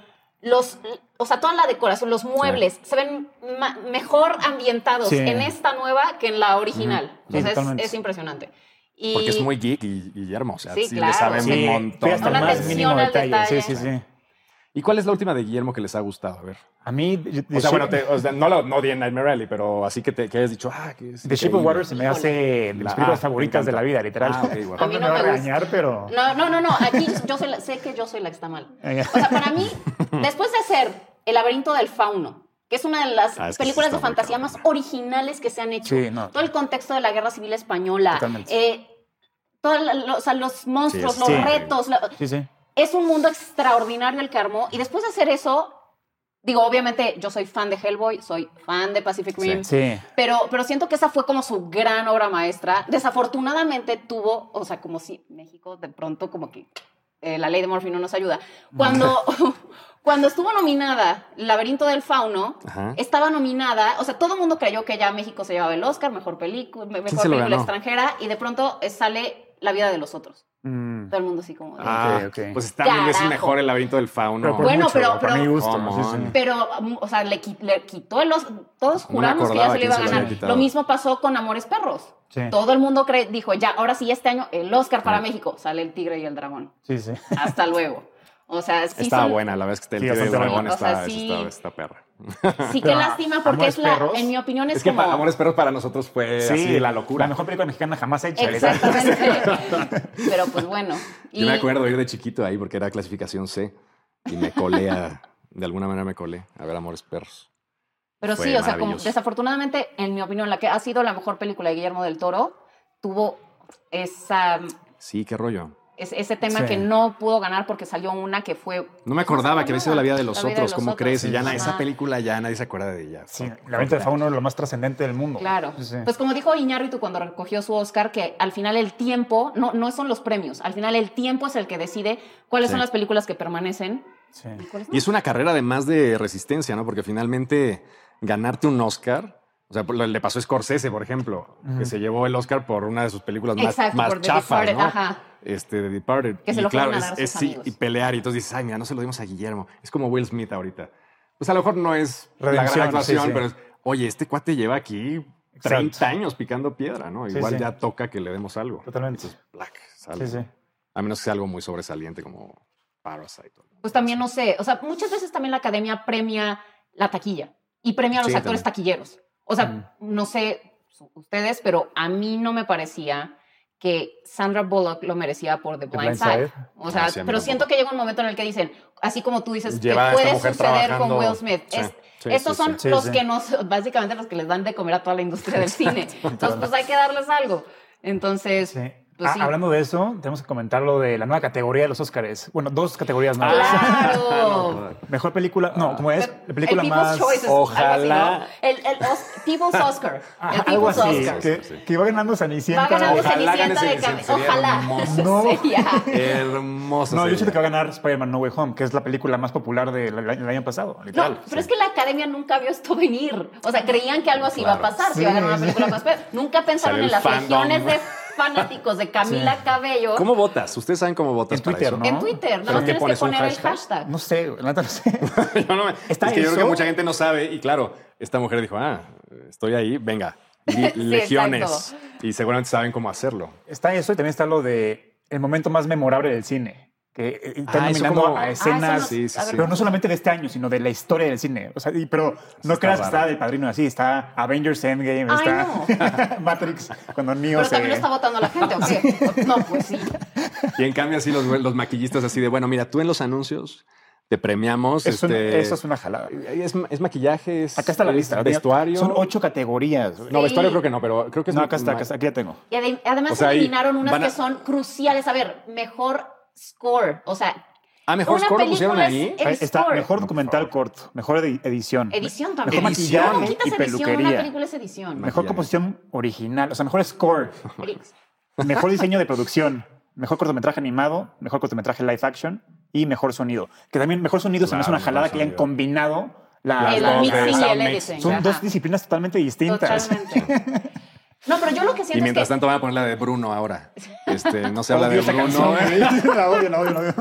S1: los, o sea, toda la decoración, los muebles se ven ma- mejor ambientados
S3: Sí.
S1: en esta nueva que en la original.
S3: Sí,
S1: Entonces
S3: totalmente.
S1: es, es impresionante. Y
S2: Porque es muy geek y Guillermo, o sea,
S1: Sí,
S2: sí,
S1: claro.
S2: le sabe
S3: Sí,
S2: un montón.
S3: fui hasta el
S1: Una
S3: más
S1: atención
S3: mínimo
S1: al
S3: detalle.
S1: detalle.
S3: Sí, sí, sí.
S2: ¿Y cuál es la última de Guillermo que les ha gustado? A ver.
S3: A mí, The
S2: O sea,
S3: Shape-
S2: bueno, te- o sea, no, la- no di en Nightmare Alley, pero así que, te, que hayas dicho, ah, que es
S3: The Shape of
S2: increíble.
S3: Water se me hace de mis
S2: La-
S3: películas
S2: ah,
S3: favoritas
S2: me
S3: de la vida, literal.
S2: Ah, ok, guau.
S1: A mí no
S3: me va a
S1: me gusta.
S3: regañar, pero...
S1: No, no, no, no. Aquí yo soy la- sé que yo soy la que está mal. O sea, para mí, después de hacer El laberinto del fauno, que es una de las
S2: Ah, es que
S1: películas
S2: está
S1: de
S2: muy
S1: fantasía
S2: cabrón.
S1: más originales que se han hecho,
S3: Sí, no.
S1: todo el contexto de la Guerra Civil Española,
S3: Totalmente.
S1: eh, todo la- lo- o sea, los monstruos,
S2: Sí,
S1: los
S3: sí.
S1: retos, la-
S3: Sí, sí.
S1: es un mundo extraordinario el que armó. Y después de hacer eso, digo, obviamente yo soy fan de Hellboy, soy fan de Pacific Rim,
S3: Sí.
S1: pero, pero siento que esa fue como su gran obra maestra. Desafortunadamente tuvo, o sea, como si México de pronto como que eh, la ley de Murphy no nos ayuda. Cuando, cuando estuvo nominada Laberinto del Fauno,
S2: Ajá.
S1: estaba nominada, o sea, todo el mundo creyó que ya México se llevaba el Oscar, mejor película, mejor
S2: se lo
S1: película
S2: ganó?
S1: extranjera, y de pronto eh, sale La vida de los otros.
S3: Mm.
S1: Todo el mundo así como... de-
S2: Ah,
S3: Ok, ok.
S2: pues está mil veces
S1: Carajo.
S2: mejor el laberinto del fauno.
S3: por
S1: Bueno, pero-
S3: güey, para
S1: pero-
S3: mi gusto.
S2: Come
S3: sí, sí.
S2: on.
S1: Pero, mm, o sea, le, qui- le quitó el Oscar. Todos
S2: No me
S1: juramos que ya
S2: acordaba
S1: se lo
S2: quién
S1: iba a
S2: se lo había
S1: ganar.
S2: quitado.
S1: Lo mismo pasó con Amores Perros.
S3: Sí.
S1: Todo el mundo cree, dijo, ya, ahora sí, este año el Oscar
S2: Ah.
S1: para México. Sale el tigre y el dragón.
S3: Sí, sí.
S1: Hasta luego. O sea, sí,
S2: Estaba
S1: son-
S2: buena, la vez que está el
S3: Sí,
S2: tío de
S3: bastante
S2: dragón
S1: buena. O sea,
S2: está,
S1: sí.
S2: está, está perra.
S1: sí qué
S3: Pero,
S1: lástima porque
S3: Amores
S1: es la,
S3: Perros,
S1: en mi opinión es,
S2: Ah, Es que
S1: como...
S2: para Amores Perros para nosotros fue así la locura.
S3: La mejor película mexicana jamás hecha. literal.
S1: Exactamente. Pero pues bueno.
S2: Yo me acuerdo ir de chiquito ahí porque era clasificación C y me colé a- de alguna manera me colé a ver Amores Perros.
S1: Pero
S2: Fue
S1: sí, o sea, como
S2: maravilloso.
S1: desafortunadamente, en mi opinión, la que ha sido la mejor película de Guillermo del Toro tuvo esa,
S2: Sí, qué rollo.
S1: es- ese tema
S3: Sí.
S1: que no pudo ganar porque salió una que fue
S2: No me acordaba que había sido la vida de
S1: La
S2: los
S1: vida de
S2: otros.
S1: los
S2: ¿Cómo
S1: otros.
S2: crees? Y ya na-
S1: Ajá.
S2: esa película ya nadie se acuerda de ella.
S3: Sí, la venta de fauno es lo más trascendente del mundo.
S1: Claro.
S3: Sí, sí.
S1: Pues como dijo Iñárritu cuando recogió su Oscar, que al final el tiempo, no, no son los premios, al final el tiempo es el que decide cuáles
S2: Sí.
S1: son las películas que permanecen.
S3: Sí.
S1: y cuáles no.
S2: Y es una carrera además de resistencia, ¿no? Porque finalmente ganarte un Oscar O sea, por- le pasó a Scorsese, por ejemplo,
S3: Ujú.
S2: que se llevó el Oscar por una de sus películas más,
S1: Exacto,
S2: más
S1: por The
S2: chafas,
S1: Departed,
S2: ¿no?
S1: ajá.
S2: Este, The Departed.
S1: Que se
S2: y
S1: lo fueron
S2: claro,
S1: a
S2: es,
S1: dar a
S2: es
S1: sus
S2: sí,
S1: amigos.
S2: y pelear. Y entonces dices, ay, mira, no se lo dimos a Guillermo. Es como Will Smith ahorita. Pues a lo mejor no es la
S3: Redención,
S2: gran actuación,
S3: sí, sí.
S2: pero es, oye, este cuate lleva aquí 30 años picando piedra, ¿no?
S3: Sí,
S2: Igual
S3: sí.
S2: ya toca que le demos algo.
S3: Totalmente.
S2: Entonces, black, sale.
S3: Sí, sí.
S2: A menos que sea algo muy sobresaliente como Parasite. o algo
S1: Pues también,
S2: así.
S1: no sé, o sea, muchas veces también la academia premia la taquilla y premia a los
S2: Sí,
S1: actores taquilleros. O sea,
S3: Mm.
S1: no sé su- ustedes, pero a mí no me parecía que Sandra Bullock lo merecía por The
S3: The
S1: Blind,
S3: Blind
S1: Side.
S3: Side.
S1: O sea,
S2: Ah, sí, a mí
S1: pero
S2: tampoco.
S1: siento que llega un momento en el que dicen, así como tú dices,
S2: Pues
S1: que
S2: Lleva a esta
S1: puede
S2: mujer
S1: suceder con
S2: trabajando.
S1: Will Smith.
S2: Sí,
S1: Es-
S2: sí,
S1: estos
S2: sí, sí.
S1: son
S3: Pues sí.
S1: los
S3: Sí, sí.
S1: que nos, básicamente los que les dan de comer a toda la industria del cine. Entonces, pues hay que darles algo. Entonces,
S3: Sí.
S1: Pues
S3: Ah,
S1: sí.
S3: Hablando de eso, tenemos que comentar lo de la nueva categoría de los Óscares. Bueno, dos categorías más.
S1: claro.
S3: Mejor película, no, como es, la película
S1: el
S3: más...
S1: People's Choice es
S2: ojalá-
S1: algo así, ¿no? El, el Os- People's Oscar.
S3: Ah,
S1: El
S3: algo
S1: People's
S3: así,
S1: Oscar.
S3: que,
S2: Sí, sí.
S3: que iba ganando Cenicienta.
S1: Va ganando
S2: Ojalá gane
S1: Cenicienta de
S2: Cenicienta,
S1: cabeza.
S2: sería
S1: Ojalá.
S2: hermoso.
S1: Sería.
S2: Hermoso.
S3: No, yo
S2: sería.
S3: siento que va a ganar Spider-Man No Way Home, que es la película más popular del del año pasado.
S1: No,
S3: Literal.
S1: pero es que la academia nunca vio esto venir. O sea, creían que algo así iba a pasar, si iba a ganar una película con Spider- Nunca pensaron
S2: Salió
S1: en
S2: el
S1: las
S2: fandom.
S1: regiones de fanáticos de Camila Cabello
S2: ¿Cómo votas? Ustedes saben cómo votas
S3: En
S2: para
S3: Twitter,
S2: eso?
S1: en
S3: ¿no?
S1: Twitter.
S2: ¿Pero
S1: Nada más
S2: qué
S1: tienes que
S2: pones, un
S1: poner el
S2: hashtag?
S1: hashtag.
S3: No sé, la neta no sé.
S2: Yo no me-
S3: ¿Está
S2: es que yo creo
S3: eso?
S2: que mucha gente no sabe y claro, esta mujer dijo, ah, estoy ahí, venga, di-
S1: Sí,
S2: legiones. y seguramente saben cómo hacerlo.
S3: Está eso y también está lo de el momento más memorable del cine, que eh, están
S2: Ah, eso
S3: nominando
S2: como-
S3: a
S2: Ah,
S1: eso
S3: escenas,
S1: no-
S2: sí, sí,
S1: a ver,
S2: sí.
S3: pero no solamente de este año, sino de la historia del cine. O sea, y- pero no
S2: está
S3: creas que
S2: raro.
S3: está del padrino así, está Avengers Endgame,
S1: Ay,
S3: está Matrix, cuando Neo
S1: Pero
S3: se...
S1: también lo está votando la gente, ¿o qué? No, pues sí.
S2: Y en cambio así los, los maquillistas así de, bueno, mira, tú en los anuncios te premiamos.
S3: Es un-
S2: este,
S3: eso es una jalada.
S2: es, es maquillaje, es,
S3: Acá está la
S2: es
S3: lista.
S2: vestuario.
S3: Son ocho categorías.
S2: No,
S1: Sí.
S2: vestuario creo que no, pero creo que es...
S3: No, acá
S2: ma-
S3: está, acá está, aquí ya tengo.
S1: Y ade- además
S2: O sea, ahí
S1: eliminaron unas
S2: van a-
S1: que son cruciales. A ver, mejor score. O sea,
S2: Ah, mejor
S1: Una
S2: score lo pusieron
S1: película
S2: ahí.
S1: es- El
S3: Ahí está
S1: score.
S3: mejor documental corto, mejor edi- edición.
S1: edición
S3: Mejor
S1: también.
S3: maquillaje
S1: ¿Cómo quitas
S3: y
S1: edición? Una
S3: peluquería.
S1: película es edición.
S3: Mejor
S2: Maquillaje.
S3: composición original, o sea, mejor score,
S1: Eri-
S3: mejor diseño de producción, mejor cortometraje animado, mejor cortometraje live action y mejor sonido. Que también mejor sonido se me hace
S2: Claro,
S3: una jalada
S2: mejor
S3: que le han
S2: sonido.
S3: combinado las
S1: El
S3: dos.
S1: mixing y el
S2: sound mix.
S1: editing.
S3: Ah, Son
S1: ajá.
S3: dos disciplinas totalmente distintas.
S1: Totalmente. No, pero yo lo que
S2: Y
S1: siento es que...
S2: mientras tanto van a poner la de Bruno ahora. Este, no se habla de
S3: Odio esa
S2: Bruno. ¿eh?
S3: canción, güey. La odio, la odio, la odio.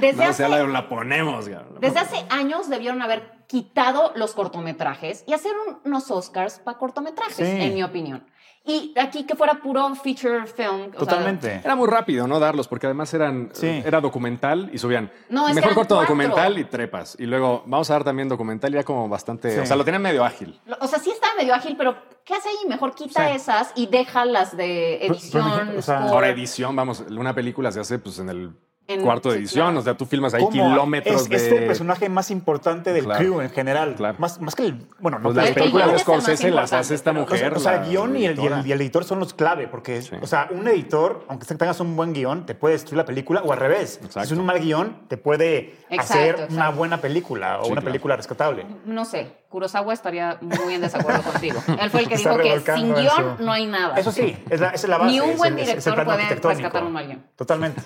S1: Desde,
S2: No
S1: hace,
S2: se habla de la ponemos. cabrón.
S1: desde hace años debieron haber quitado los cortometrajes y hacer un- unos Oscars para cortometrajes,
S3: Sí.
S1: en mi opinión. Y aquí que fuera puro feature film. o sea,
S3: Totalmente.
S2: Era muy rápido, ¿no? Darlos, porque además eran,
S3: Sí.
S2: era documental y subían.
S1: No, es que
S2: Mejor
S1: eran
S2: corto
S1: cuatro.
S2: documental y trepas. Y luego vamos a dar también documental y era como bastante.
S3: Sí.
S2: O sea, lo tenían medio ágil.
S1: lo- o sea, sí está medio ágil, pero ¿qué hace ahí? Mejor quita
S3: Sí.
S1: esas y deja las de
S3: Pero- pero
S1: edición.
S3: mejor- o sea,
S1: score.
S2: Ahora edición, vamos, una película se hace pues en el
S1: En-
S2: cuarto de
S1: sí,
S2: edición.
S1: claro.
S2: O sea, tú filmas ahí
S3: ¿Cómo?
S2: kilómetros
S3: es,
S2: de.
S3: es el personaje más importante del
S2: Claro.
S3: crew en general.
S2: Claro.
S3: Más, más que el. Bueno, no
S2: Pues
S3: que
S2: las
S1: El
S3: el-
S2: películas
S1: guion
S2: de
S1: es el más
S2: Scorsese las hace esta
S1: importante,
S3: O sea,
S2: mujer.
S3: o sea,
S2: la
S3: guión y el, y,
S2: directora.
S3: el, y el editor son los clave, porque,
S2: Sí.
S3: o sea, un editor, aunque tengas un buen guión, te puede destruir la película, o al revés.
S2: Exacto.
S3: Si es un mal guión, te puede
S1: Exacto,
S3: hacer
S1: exacto.
S3: una buena película o
S2: Sí,
S3: una
S2: claro.
S3: película rescatable.
S1: No sé, Kurosawa estaría muy en desacuerdo contigo. Él fue el que
S3: Está
S1: dijo que
S3: revolcando
S1: sin
S3: en
S1: guión
S3: su-
S1: no hay nada.
S3: Eso sí, es la, esa es la base.
S1: Ni un
S3: es
S1: buen
S3: el- es- es el
S1: director
S3: plano
S1: puede
S3: arquitectónico.
S1: rescatar un mal guión.
S3: Totalmente.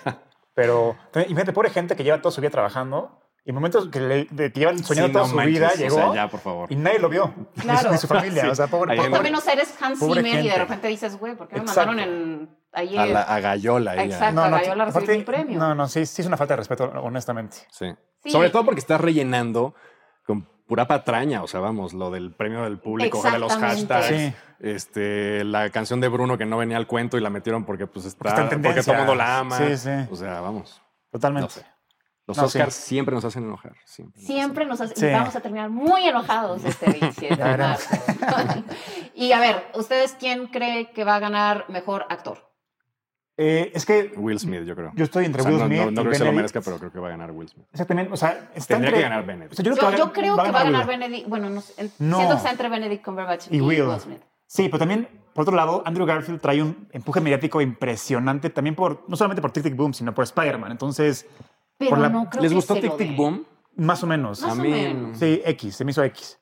S3: Pero también, imagínate, pobre gente que lleva toda su vida trababando y momentos que, le, de que llevan soñando
S2: Sí,
S3: toda
S2: no
S3: su
S2: manches,
S3: vida,
S2: o sea,
S3: llegó
S2: ya, por favor.
S3: y nadie lo vio. Ni su-
S1: Claro.
S3: Ni su familia.
S2: Sí.
S3: O sea, pobre,
S2: Ahí en-
S1: Cuando menos eres Hans
S3: Pobre
S1: Zimmer y de
S3: gente.
S1: repente dices, güey, ¿por qué me
S3: Exacto.
S1: mandaron en ayer?
S2: A, la, a Gallola. ella.
S1: Exacto. Hasta Gayola recibió un premio.
S3: No, no, sí, sí es una falta de respeto, honestamente.
S2: Sí.
S1: Sí.
S2: Sobre todo porque estás rellenando con pura patraña, o sea, vamos, lo del premio del público, de los
S1: Exactamente.
S2: hashtags,
S3: Sí.
S2: este, la canción de Bruno que no venía al cuento y la metieron porque pues está,
S3: está en
S2: porque todo
S3: tendencia.
S2: el mundo la ama.
S3: Sí, sí.
S2: O sea, vamos.
S3: Totalmente.
S2: No sé. Los
S3: No,
S2: Oscars siempre nos hacen enojar. Siempre.
S1: Siempre nos hace- y
S3: Sí.
S1: vamos a terminar muy enojados este 27 de
S3: Ya veremos.
S1: marzo. y a ver, ¿ustedes quién cree que va a ganar mejor actor?
S3: Eh, es que
S2: Will Smith, yo creo.
S3: yo estoy entre
S2: O sea,
S3: Will
S2: no-
S3: Smith
S2: No, no
S3: y
S2: creo que se lo
S3: Benedict.
S2: merezca, pero creo que va a ganar Will Smith.
S3: Exactamente. O sea, está
S2: Tendría
S3: entre-
S2: que ganar Benedict.
S3: O sea, yo
S1: Yo,
S3: creo que,
S1: yo creo que va a ganar
S3: Will.
S1: Benedict. Bueno, no sé, en-
S3: No.
S1: siento que está entre Benedict Cumberbatch y,
S3: Y Will.
S1: Smith.
S3: Sí, pero también, por otro lado, Andrew Garfield trae un empuje mediático impresionante también por, no solamente por Tic Tic Boom, sino por Spider-Man. Entonces,
S1: Pero
S3: Por la-
S1: no creo
S2: ¿Les
S1: que
S2: gustó
S1: se lo
S2: Tic
S1: dé.
S2: Tic Boom?
S3: más o menos.
S1: Más
S2: A
S1: o
S2: mí-
S1: menos.
S3: Sí, X, se me hizo X.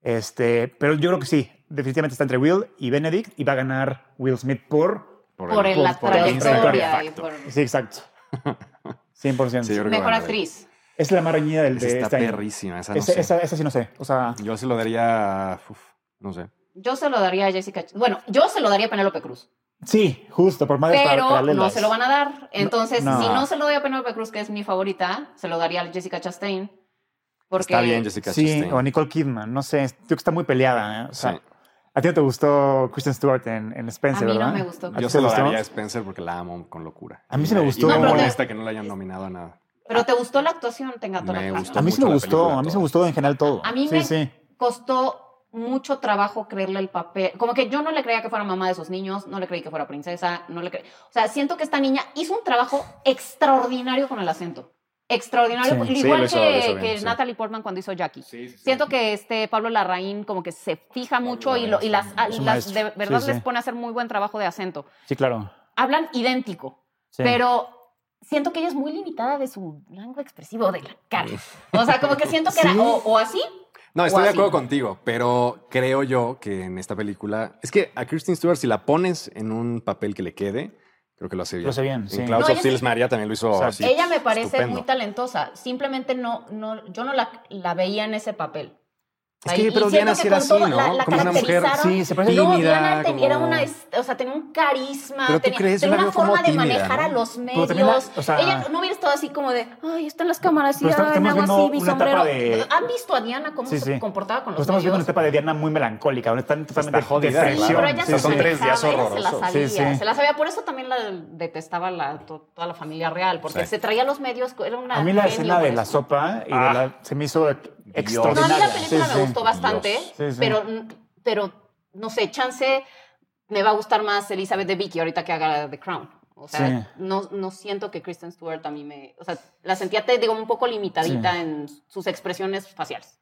S3: Este, pero yo creo que sí, definitivamente está entre Will y Benedict y va a ganar Will Smith por...
S1: Por el- la
S2: por el-
S1: trayectoria. y
S2: Exacto.
S1: por-
S3: Sí, exacto. 100%.
S2: Sí, yo
S1: Mejor
S2: creo que va a ganar.
S1: actriz.
S3: Es la más reñida del
S2: Esa
S3: de
S2: está
S3: este año.
S2: perrísima, esa no
S3: Esa,
S2: sé.
S3: esa- esa sí no sé. O sea,
S2: Yo se lo daría, uf, no sé,
S1: Yo se lo daría a Jessica. Ch- Bueno, yo se lo daría a Penélope Cruz.
S3: Sí, justo, por madres
S1: pero
S3: par- paralelas.
S1: no se lo van a dar. Entonces,
S3: no.
S1: si no se lo doy a Penélope Cruz, que es mi favorita, se lo daría a Jessica Chastain. Porque
S6: Está bien, Jessica
S3: Sí,
S2: este.
S6: Chastain.
S3: o Nicole Kidman, no sé, creo que está muy peleada. ¿eh? O sea,
S6: Sí.
S3: A ti no te gustó Kristen Stewart en, en Spencer,
S1: a mí
S3: ¿verdad?
S1: no me gustó.
S3: ¿A ti
S2: Yo
S3: te
S2: se lo
S3: gustó?
S2: daría a Spencer porque la amo con locura.
S3: A mí sí me
S2: Y
S3: gustó.
S2: Y
S1: No,
S2: me
S1: pero-
S2: molesta que no la hayan nominado a nada.
S1: Pero te gustó la actuación, te encantó la
S2: Me
S1: actuación.
S2: gustó
S3: A mí sí me
S2: mucho la
S3: gustó,
S2: película,
S3: a mí sí me
S2: todo.
S3: gustó en general todo.
S1: A mí
S3: sí,
S1: me-
S3: sí.
S1: Costó mucho trabajo creerle el papel. Como que yo no le creía que fuera mamá de esos niños, no le creí que fuera princesa, no le creí. O sea, siento que esta niña hizo un trabajo extraordinario con el acento. Extraordinario,
S3: Sí,
S6: sí,
S1: igual
S6: lo hizo-
S1: que,
S6: lo hizo bien,
S1: que
S6: sí.
S1: Natalie Portman cuando hizo Jackie.
S7: Sí, sí, sí.
S1: Siento que este Pablo Larraín como que se fija mucho y, lo- y las, ah,
S7: Larraín es
S3: un
S1: las- de
S3: maestro.
S1: verdad
S3: Sí, sí.
S1: les pone a hacer muy buen trabajo de acento.
S3: Sí, claro.
S1: Hablan idéntico,
S3: Sí.
S1: pero siento que ella es muy limitada de su lenguaje expresivo, de la cara. O sea, como que siento que era o, o así.
S2: No, estoy
S1: O
S2: de
S1: así.
S2: acuerdo contigo, pero creo yo que en esta película. Es que a Kristen Stewart, si la pones en un papel que le quede, creo que lo hace bien.
S3: Lo hace bien,
S2: En
S3: sí.
S2: Clouds
S1: No,
S2: of
S1: ella
S2: Sils
S1: sí-
S2: María también lo hizo
S3: Exacto.
S2: así.
S1: ella me parece
S2: estupendo.
S1: muy talentosa. Simplemente no, no, yo no la, la veía en ese papel.
S2: Es
S1: Ahí-
S2: que,
S1: y
S2: pero
S1: siento
S2: Diana
S1: que
S2: sí era
S1: con
S2: así,
S1: todo,
S2: ¿no?
S1: la- la
S2: Como una mujer.
S1: caracterizaron-
S3: Sí, se parece
S1: No,
S2: tímida,
S1: Diana ten- era
S2: como-
S1: una, es- o sea, tenía un carisma,
S2: Pero tú
S1: tenía,
S2: crees, yo
S1: tenía
S2: la
S1: una
S2: veo como
S1: forma de
S2: tímida,
S1: manejar
S2: ¿no?
S1: a los
S3: Pero
S1: medios.
S3: también la- o sea-
S1: Ella no hubiera estado así como de, ay, están las cámaras y
S3: Pero está-
S1: ay, me
S3: estamos
S1: hago
S3: viendo
S1: así mi
S3: una etapa
S1: sombrero.
S3: de-
S1: ¿Han visto a Diana cómo
S3: Sí,
S1: se
S3: sí.
S1: comportaba con
S3: Lo
S1: los
S3: estamos viendo en una
S1: medios?
S3: etapa de Diana muy melancólica, ahora están totalmente
S2: Está jodida,
S1: Sí, pero
S3: depresión.
S1: ella
S3: Sí,
S1: se
S3: sí.
S6: son tres días
S1: manejaba, ella Se la
S6: horrorosos.
S1: sabía,
S3: Sí, sí.
S1: se la sabía. Por eso también la detestaba la, to- toda la familia real, porque
S2: Sí.
S1: se traía los medios. Era una
S3: A mí la
S1: genio
S3: escena
S1: por
S3: de
S1: eso.
S3: la sopa y de
S2: Ah.
S3: la- se me hizo ex-
S1: No, a mí
S3: extraordinaria.
S1: la película
S3: Sí,
S1: me
S3: sí.
S1: gustó bastante,
S3: Sí, sí.
S1: Pero, pero no sé, chance me va a gustar más Elizabeth de Vicky ahorita que haga The Crown. O sea,
S3: Sí.
S1: no, no siento que Kristen Stewart a mí me... O sea, la sentía, te digo, un poco limitadita
S3: Sí.
S1: en sus expresiones faciales.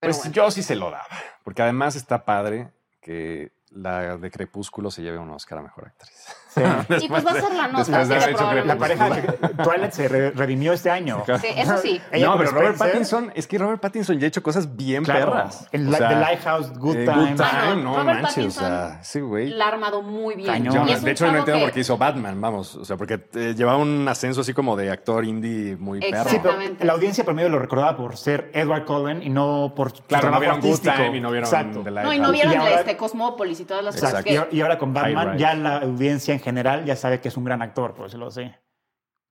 S1: Pero
S2: Pues
S1: bueno.
S2: yo sí se lo daba. Porque además está padre que la de Crepúsculo se lleve un Oscar a Mejor Actriz.
S3: Sí.
S1: Sí, pues va a ser la nota.
S2: después de
S1: sí,
S2: haber hecho
S1: probablemente.
S3: La pareja de Twilight se re- redimió este año.
S1: Sí, eso sí.
S3: Ella
S2: no,
S3: con
S2: pero Robert
S3: Spencer,
S2: Pattinson, es que Robert Pattinson ya ha hecho cosas bien
S3: Claro,
S2: perras.
S3: el
S2: O
S3: li-
S2: sea,
S3: The Lighthouse, Good
S2: eh,
S3: Time.
S1: Ah, no,
S2: no,
S1: Robert
S2: manches,
S1: Pattinson-
S2: o sea, sí, güey.
S1: La ha armado muy bien.
S3: Cañón.
S1: Y
S2: Yo,
S1: es un
S2: de hecho, no
S1: chavo
S2: entiendo
S1: que-
S2: por qué hizo Batman, vamos. O sea, porque eh, llevaba un ascenso así como de actor indie muy perro.
S3: Sí, pero
S1: Exactamente.
S3: la audiencia promedio lo recordaba por ser Edward Cullen y no por su
S2: Claro, no
S3: trabajo
S2: vieron Good
S3: artístico.
S2: Time y no vieron
S3: Exacto.
S2: The
S1: No, y no
S2: Lighthouse.
S1: vieron
S3: Y ahora-
S1: este Cosmópolis y todas las
S3: Exacto.
S1: cosas que...
S3: Y, y ahora con Batman,
S2: High
S3: ya la audiencia en general ya sabe que es un gran actor, por decirlo así.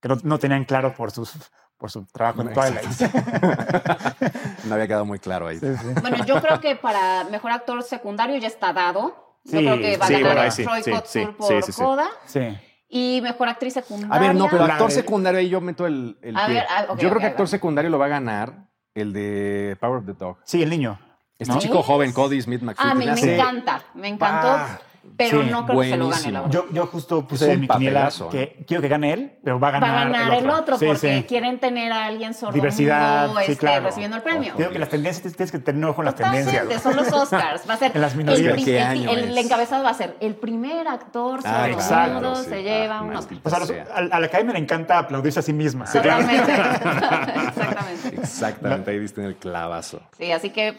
S3: Que no, no tenían claro por, sus, por su trabajo en
S2: Exacto.
S3: Twilight.
S2: No había quedado muy claro ahí.
S3: Sí, sí.
S1: Bueno, yo creo que para mejor actor secundario ya está dado. Yo
S3: Sí,
S1: creo que va a
S2: sí,
S1: ganar
S2: bueno, ahí sí,
S1: Troy
S2: sí,
S1: Kotsur
S2: sí,
S1: por
S2: sí, sí, sí.
S1: Coda.
S3: Sí.
S1: Y mejor actriz secundaria.
S2: A ver, no, pero
S3: La
S2: actor
S3: de-
S2: secundario ahí yo meto el, el
S1: A
S2: pie.
S1: ver, ah, ok,
S2: yo
S1: ok,
S2: creo que
S1: ahí
S2: actor
S1: va.
S2: secundario lo va a ganar el de Power of the Dog.
S3: Sí, el niño.
S2: Este
S3: ¿No?
S2: chico joven, Cody Smith McPhee.
S1: Ah, me,
S2: tenía
S1: me
S2: así-
S1: encanta. Me encantó.
S2: Ah,
S1: pero
S3: sí,
S1: no creo que se lo gane la
S2: buenísimo.
S1: verdad.
S3: Yo, yo justo puse
S2: un
S3: en mi quiniela
S2: papelazo, eh.
S3: que quiero que gane él, pero va a
S1: Va
S3: ganar,
S1: a ganar el otro,
S3: Sí,
S1: porque
S3: sí.
S1: quieren tener a alguien sordo
S3: Diversidad, sí,
S1: este,
S3: claro.
S1: recibiendo el premio.
S3: Digo que las tendencias, tienes que tener ojo en las tendencias.
S1: Totalmente, son los Oscars. Va a ser
S3: En las
S1: el
S3: minorías.
S1: prim-
S2: ¿Qué
S1: el-
S2: año
S1: el,
S2: es?
S1: encabezado va a ser el primer actor sordo
S2: Ah,
S3: exacto,
S1: se
S2: sí.
S1: lleva
S2: Ah,
S1: un Oscar.
S2: maldita
S3: O sea, los-
S2: sea.
S3: a, a la Academia le encanta aplaudirse a sí misma.
S1: Totalmente. Exactamente.
S2: Exactamente, ahí diste en el clavazo.
S1: Sí, así que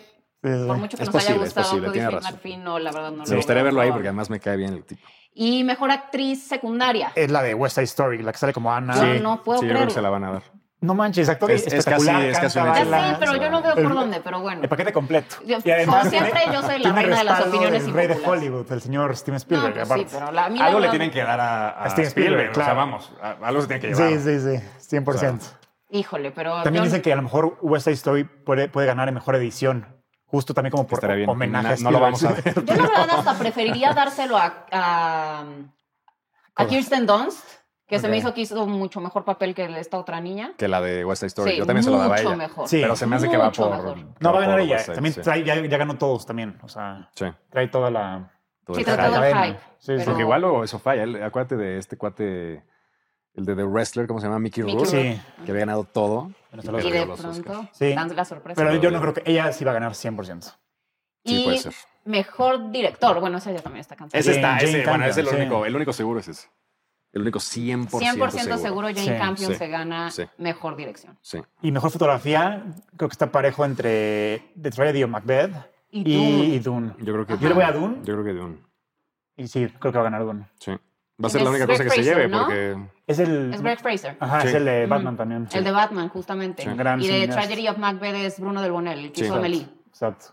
S3: Sí, sí.
S1: por mucho que
S2: Es
S1: nos haya
S2: posible, es
S1: gustado
S2: posible,
S1: Cody
S2: tiene
S1: Smith
S2: razón.
S1: McPhee, no, la verdad no lo
S2: Me gustaría verlo ahí
S1: veo.
S2: porque además me cae bien el tipo.
S1: Y mejor actriz secundaria.
S3: Es la de West Side Story, la que sale como Ana.
S1: Yo Sí. no puedo
S2: sí, yo creo
S1: creerlo.
S2: que se la van a dar.
S3: No manches, actor
S2: Es- es
S3: espectacular,
S2: casi- es casi
S3: canta,
S2: una-
S1: Ya
S3: baila.
S1: sé, pero yo no veo por dónde, pero bueno.
S3: El paquete completo.
S1: Yo-
S3: Y además
S1: como siempre,
S3: tiene-
S1: yo soy la
S3: tiene
S1: reina de las
S3: respaldo
S1: opiniones
S3: del rey de
S1: impopulares.
S3: Hollywood, el señor Steven
S1: No,
S3: Spielberg.
S1: pues sí,
S3: aparte.
S1: pero la, a mí la
S2: Algo le
S1: verdad-
S2: tienen que dar a, a
S3: A Steven
S2: Steven
S3: Spielberg,
S2: Ah, Spielberg. O sea,
S3: claro.
S2: vamos, a- algo se tiene que llevar.
S3: sí, sí, sí, 100%.
S1: Híjole, pero
S3: también
S1: yo-
S3: dicen que a lo mejor West Side Story puede, puede ganar en mejor edición. Justo también como por
S2: Estaría bien.
S3: homenaje a
S2: No- no lo
S3: Spielberg.
S2: vamos a ver.
S1: yo la verdad hasta preferiría dárselo a, a, a Kirsten Dunst, que se me
S3: Ok.
S1: hizo que hizo mucho mejor papel que esta otra niña.
S2: Que la de West Side Story.
S1: Sí,
S2: yo también se lo daba a
S1: mucho
S2: ella.
S1: mejor.
S3: Sí.
S2: Pero se me hace que va
S1: Mucho
S2: por.
S1: mejor.
S3: No, va a ganar
S2: por
S3: ella.
S2: West Side,
S3: También
S2: sí.
S3: trae- ya, ya ganó todos también. O sea,
S2: Sí.
S3: trae toda la...
S2: todo
S1: Sí,
S2: el
S1: trae
S2: hype.
S1: todo el hype.
S3: Sí, sí.
S1: pero-
S2: Porque igual luego eso falla. El- acuérdate de este cuate, el de The Wrestler, ¿cómo se llama? Mickey,
S1: Mickey
S2: Rourke,
S1: Rourke.
S3: Sí,
S2: que había ganado todo.
S3: Pero
S2: y
S3: se lo-
S1: Y
S2: perdió
S1: de
S2: los
S1: pronto
S2: Oscars.
S3: Sí.
S1: dan la sorpresa.
S3: pero yo no creo que ella sí va a ganar 100%.
S2: Sí,
S1: y
S2: puede ser.
S1: mejor director. Bueno, ese ya también está cansado.
S2: Ese
S3: Jane-
S2: está, ese,
S3: Jane
S2: bueno, ese es el
S3: Campion,
S2: único, el único seguro es ese. El único 100%,
S1: 100% seguro,
S2: seguro.
S1: Jane
S3: Sí,
S1: Campion
S2: sí,
S1: se gana
S2: sí.
S1: mejor dirección.
S2: Sí.
S3: Y mejor fotografía, creo que está parejo entre The Tragedy of Macbeth
S1: Y
S3: y, y Dune.
S2: Yo creo que
S1: Yo le
S3: voy a Dune.
S2: Yo creo que Dune.
S3: Y sí, creo que va a ganar Dune.
S2: Sí. Va a ser la
S1: Es
S2: única
S1: Greg
S2: cosa que se
S1: Fraser,
S2: lleve
S1: ¿no?
S2: porque
S3: Es el...
S1: Es Greg Fraser.
S3: Ajá,
S2: Sí.
S3: es el de
S1: Mm.
S3: Batman también.
S1: El de Batman, justamente.
S3: Sí. Gran
S1: y de
S3: cineasta.
S1: Tragedy of Macbeth es Bruno Del Bonel, el que
S2: Sí.
S1: hizo Amelie.
S3: Exacto.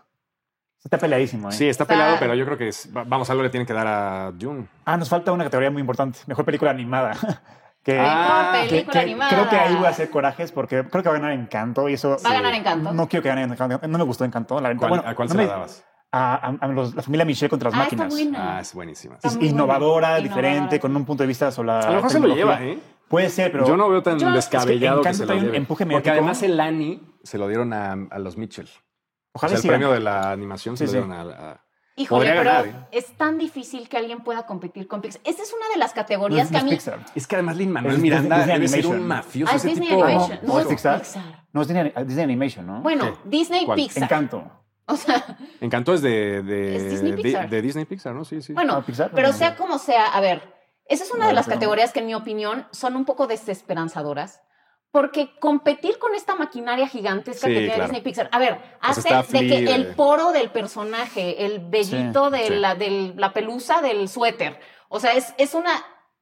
S3: Está peleadísimo, ¿eh?
S2: Sí, está
S1: O sea-
S2: pelado, pero yo creo que es- va- vamos, algo le tienen que dar a Dune.
S3: Ah, nos falta una categoría muy importante. Mejor película animada. que,
S2: Ah,
S1: Mejor
S3: que-
S1: película
S3: que
S1: animada.
S3: Creo que ahí voy a hacer corajes porque creo que va a ganar Encanto y eso...
S1: Va a ganar Encanto.
S3: No quiero que gane Encanto. No me gustó Encanto, la verdad.
S2: ¿Cuál-
S3: Bueno,
S2: ¿A cuál
S3: no
S2: se
S3: me-
S2: la dabas?
S3: A, a- a los- la familia Michelle contra las
S1: Ah, está
S3: máquinas.
S1: buena.
S2: Ah, es buenísima.
S1: Está
S3: Es
S1: muy
S3: innovadora,
S1: buena.
S3: diferente,
S1: Innovadora.
S3: con un punto de vista sobre la
S2: A lo mejor se lo
S3: tecnología.
S2: lleva, ¿eh?
S3: Puede ser, pero...
S2: yo no veo tan
S1: Yo-
S2: descabellado
S3: es
S2: que,
S3: que Encanto
S2: se lo
S3: trae un
S2: lleven.
S3: empuje
S2: Porque
S3: mediático.
S2: además el Annie se lo dieron a, a los Mitchell. O
S3: Ojalá
S2: sea, pues,
S3: y
S2: el
S3: sí
S2: premio
S3: gane.
S2: de la animación se
S3: Sí,
S2: lo
S3: sí.
S2: dieron a, a-
S1: Híjole,
S2: Podría
S1: pero
S3: ¿eh?
S2: ganar,
S1: es tan difícil que alguien pueda competir con Pixar. Esa es una de las categorías
S3: No
S1: que a
S3: es
S1: mí...
S3: Pixar.
S2: Es que además Lin Manuel
S3: Es
S2: Miranda
S3: Disney
S2: debe ser un
S3: Animation.
S2: mafioso.
S1: Ah, es
S2: ese
S1: Disney
S2: tipo.
S1: Animation. No,
S3: ¿No
S1: es
S3: es
S1: Pixar.
S3: Pixar? No, es Disney, Disney Animation, ¿no?
S1: Bueno,
S2: Sí.
S1: Disney
S2: ¿Cuál?
S1: Pixar.
S3: Encanto.
S1: O sea,
S2: Encanto es de, de,
S1: Es Disney
S2: de-
S1: Pixar.
S2: de Disney Pixar, ¿no? Sí, sí.
S1: bueno,
S3: Ah, Pixar,
S1: pero
S3: bueno.
S1: sea como sea, a ver, esa es una de
S3: Bueno,
S1: las
S3: pero-
S1: categorías que en mi opinión son un poco desesperanzadoras. Porque competir con esta maquinaria gigantesca
S2: Sí,
S1: que tiene
S2: claro.
S1: Disney Pixar. A ver,
S2: Pues
S1: hace
S2: está
S1: de que
S2: Flea,
S1: el
S2: eh.
S1: poro del personaje, el vellito de,
S2: sí.
S1: La, de la pelusa del suéter. O sea, es, es una.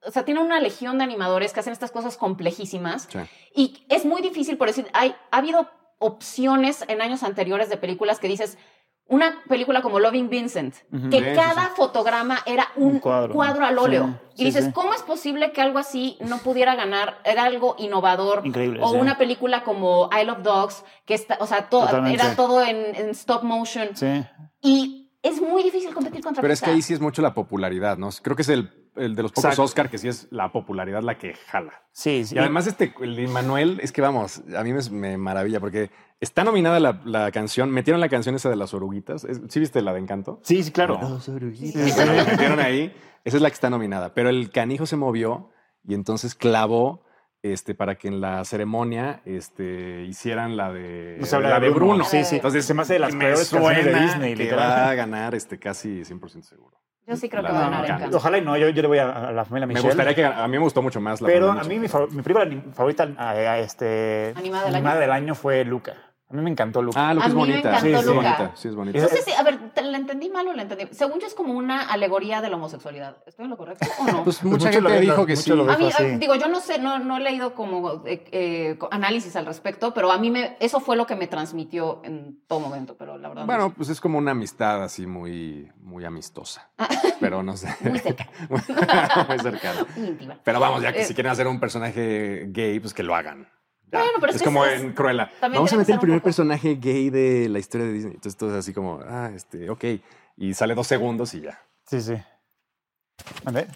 S1: O sea, tiene una legión de animadores que hacen estas cosas complejísimas.
S2: Sí.
S1: Y es muy difícil por decir, hay, ha habido opciones en años anteriores de películas que dices, una película como Loving Vincent,
S3: Ujú.
S1: que
S2: Sí, sí,
S1: cada fotograma era un,
S3: Un
S1: cuadro,
S3: cuadro.
S1: al óleo.
S3: Sí,
S1: y dices,
S3: sí, sí.
S1: ¿cómo es posible que algo así no pudiera ganar? Era algo innovador.
S3: Increíble,
S1: O
S3: sí.
S1: una película como I Love Dogs, que está, o sea, to-
S3: Totalmente.
S1: era todo en, en stop motion.
S3: Sí.
S1: Y es muy difícil competir contra
S2: Pero es que
S1: Pixar.
S2: ahí sí es mucho la popularidad, ¿no? Creo que es el, el de los pocos
S3: Exacto.
S2: Oscar que sí es la popularidad la que jala.
S3: Sí, sí.
S2: Y además este, el de Manuel, es que vamos, a mí me, me maravilla porque está nominada la, la canción, metieron la canción esa de las oruguitas. Es- ¿Sí viste la de Encanto?
S3: Sí, sí, claro.
S2: No.
S3: Sí,
S2: Sí, bueno, la metieron ahí. Esa es la que está nominada. Pero el canijo se movió y entonces clavó este, para que en la ceremonia este, hicieran la de,
S3: Nos habla
S2: la de Bruno.
S3: Sí, sí.
S2: Entonces,
S3: se me hace de las
S2: me
S3: peores canciones de
S2: suena
S3: Disney,
S2: que
S3: literal.
S2: va a ganar este, casi 100% seguro.
S1: Yo sí creo que
S2: La-
S1: va a
S2: no,
S1: ganar
S2: no,
S1: Encanto.
S3: Ojalá y no, yo, yo le voy a, a la familia Michelle.
S2: Me gustaría que ganara. A mí me gustó mucho más la
S3: Pero
S2: primera
S3: a mí
S2: noche.
S3: mi, fa- mi película ni- favorita a- a este,
S1: Animada del año.
S3: fue Luca. A mí me encantó Luca.
S2: Ah, lo
S1: a
S2: que es
S1: mí me
S2: bonita.
S1: encantó
S2: Sí, es
S3: Luca.
S2: bonita. Sí, es bonita.
S1: No sé si, a ver, ¿te- ¿la entendí mal o la entendí? Según yo es como una alegoría de la homosexualidad. ¿Estoy en lo correcto o no?
S2: Pues mucha
S3: mucha Mucho gente
S2: gente
S3: lo- dijo
S2: dijo
S3: lo-
S2: que
S3: que
S2: sí.
S3: mucho sí. lo
S1: A
S3: dijo
S1: mí,
S3: así.
S1: eh, digo, yo no sé, no, no he leído como eh, eh, co- análisis al respecto, pero a mí me, eso fue lo que me transmitió en todo momento, pero la verdad. no
S2: Bueno, pues es como una amistad así muy, muy amistosa. Pero no sé.
S1: sé. Ah. muy cerca,
S2: muy cercana.
S1: muy íntima.
S2: Pero vamos, ya que
S1: Eh,
S2: si quieren hacer un personaje gay, pues que lo hagan. Ya.
S1: Bueno, pero es
S2: es,
S1: que
S2: como
S1: eso es-
S2: en Cruella.
S1: también tiene
S2: Vamos
S1: que
S2: a meter
S1: ser un
S2: el primer
S1: poco-
S2: personaje gay de la historia de Disney. Entonces todo es así como, ah, este, ok. Y sale dos segundos y ya.
S3: Sí, sí. ¿Dónde?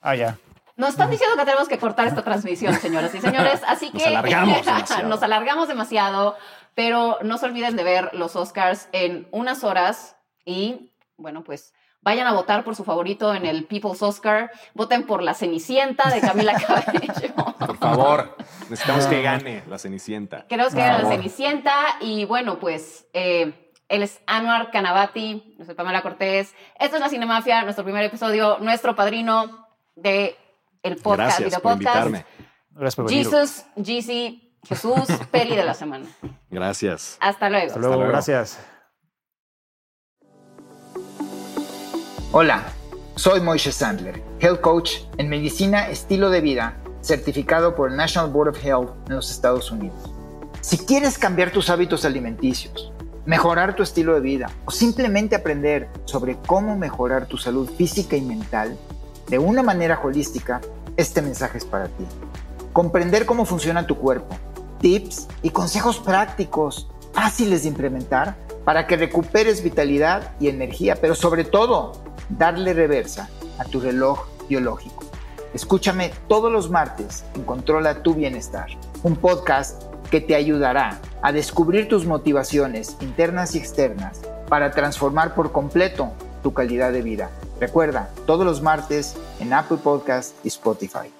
S3: Ah, ya.
S1: Nos están diciendo que tenemos que cortar esta transmisión, señoras y señores, así que
S2: Nos alargamos demasiado.
S1: nos alargamos demasiado, pero no se olviden de ver los Oscars en unas horas y, bueno, pues vayan a votar por su favorito en el People's Oscar, voten por La Cenicienta de Camila Cabello.
S2: Por favor, necesitamos que gane la Cenicienta.
S1: Queremos que
S3: Por
S1: era la
S3: favor.
S1: Cenicienta. Y bueno, pues eh, él es Anuar Canavati, yo soy Pamela Cortés. Esto es La Cinemafia, nuestro primer episodio, nuestro padrino de el podcast,
S2: Gracias
S1: video
S2: por
S1: podcast.
S2: invitarme.
S3: Gracias por venir.
S1: Jesus, Jeezy, Jesús, peli de la semana.
S2: Gracias.
S1: Hasta luego.
S3: Hasta luego,
S2: luego.
S3: gracias.
S6: Hola, soy Moishe Sandler, Health Coach en Medicina Estilo de Vida, certificado por el National Board of Health en los Estados Unidos. Si quieres cambiar tus hábitos alimenticios, mejorar tu estilo de vida o simplemente aprender sobre cómo mejorar tu salud física y mental de una manera holística, este mensaje es para ti. Comprender cómo funciona tu cuerpo, tips y consejos prácticos fáciles de implementar para que recuperes vitalidad y energía, pero sobre todo, darle reversa a tu reloj biológico. Escúchame todos los martes en Controla tu Bienestar, un podcast que te ayudará a descubrir tus motivaciones internas y externas para transformar por completo tu calidad de vida. Recuerda, todos los martes en Apple Podcast y Spotify.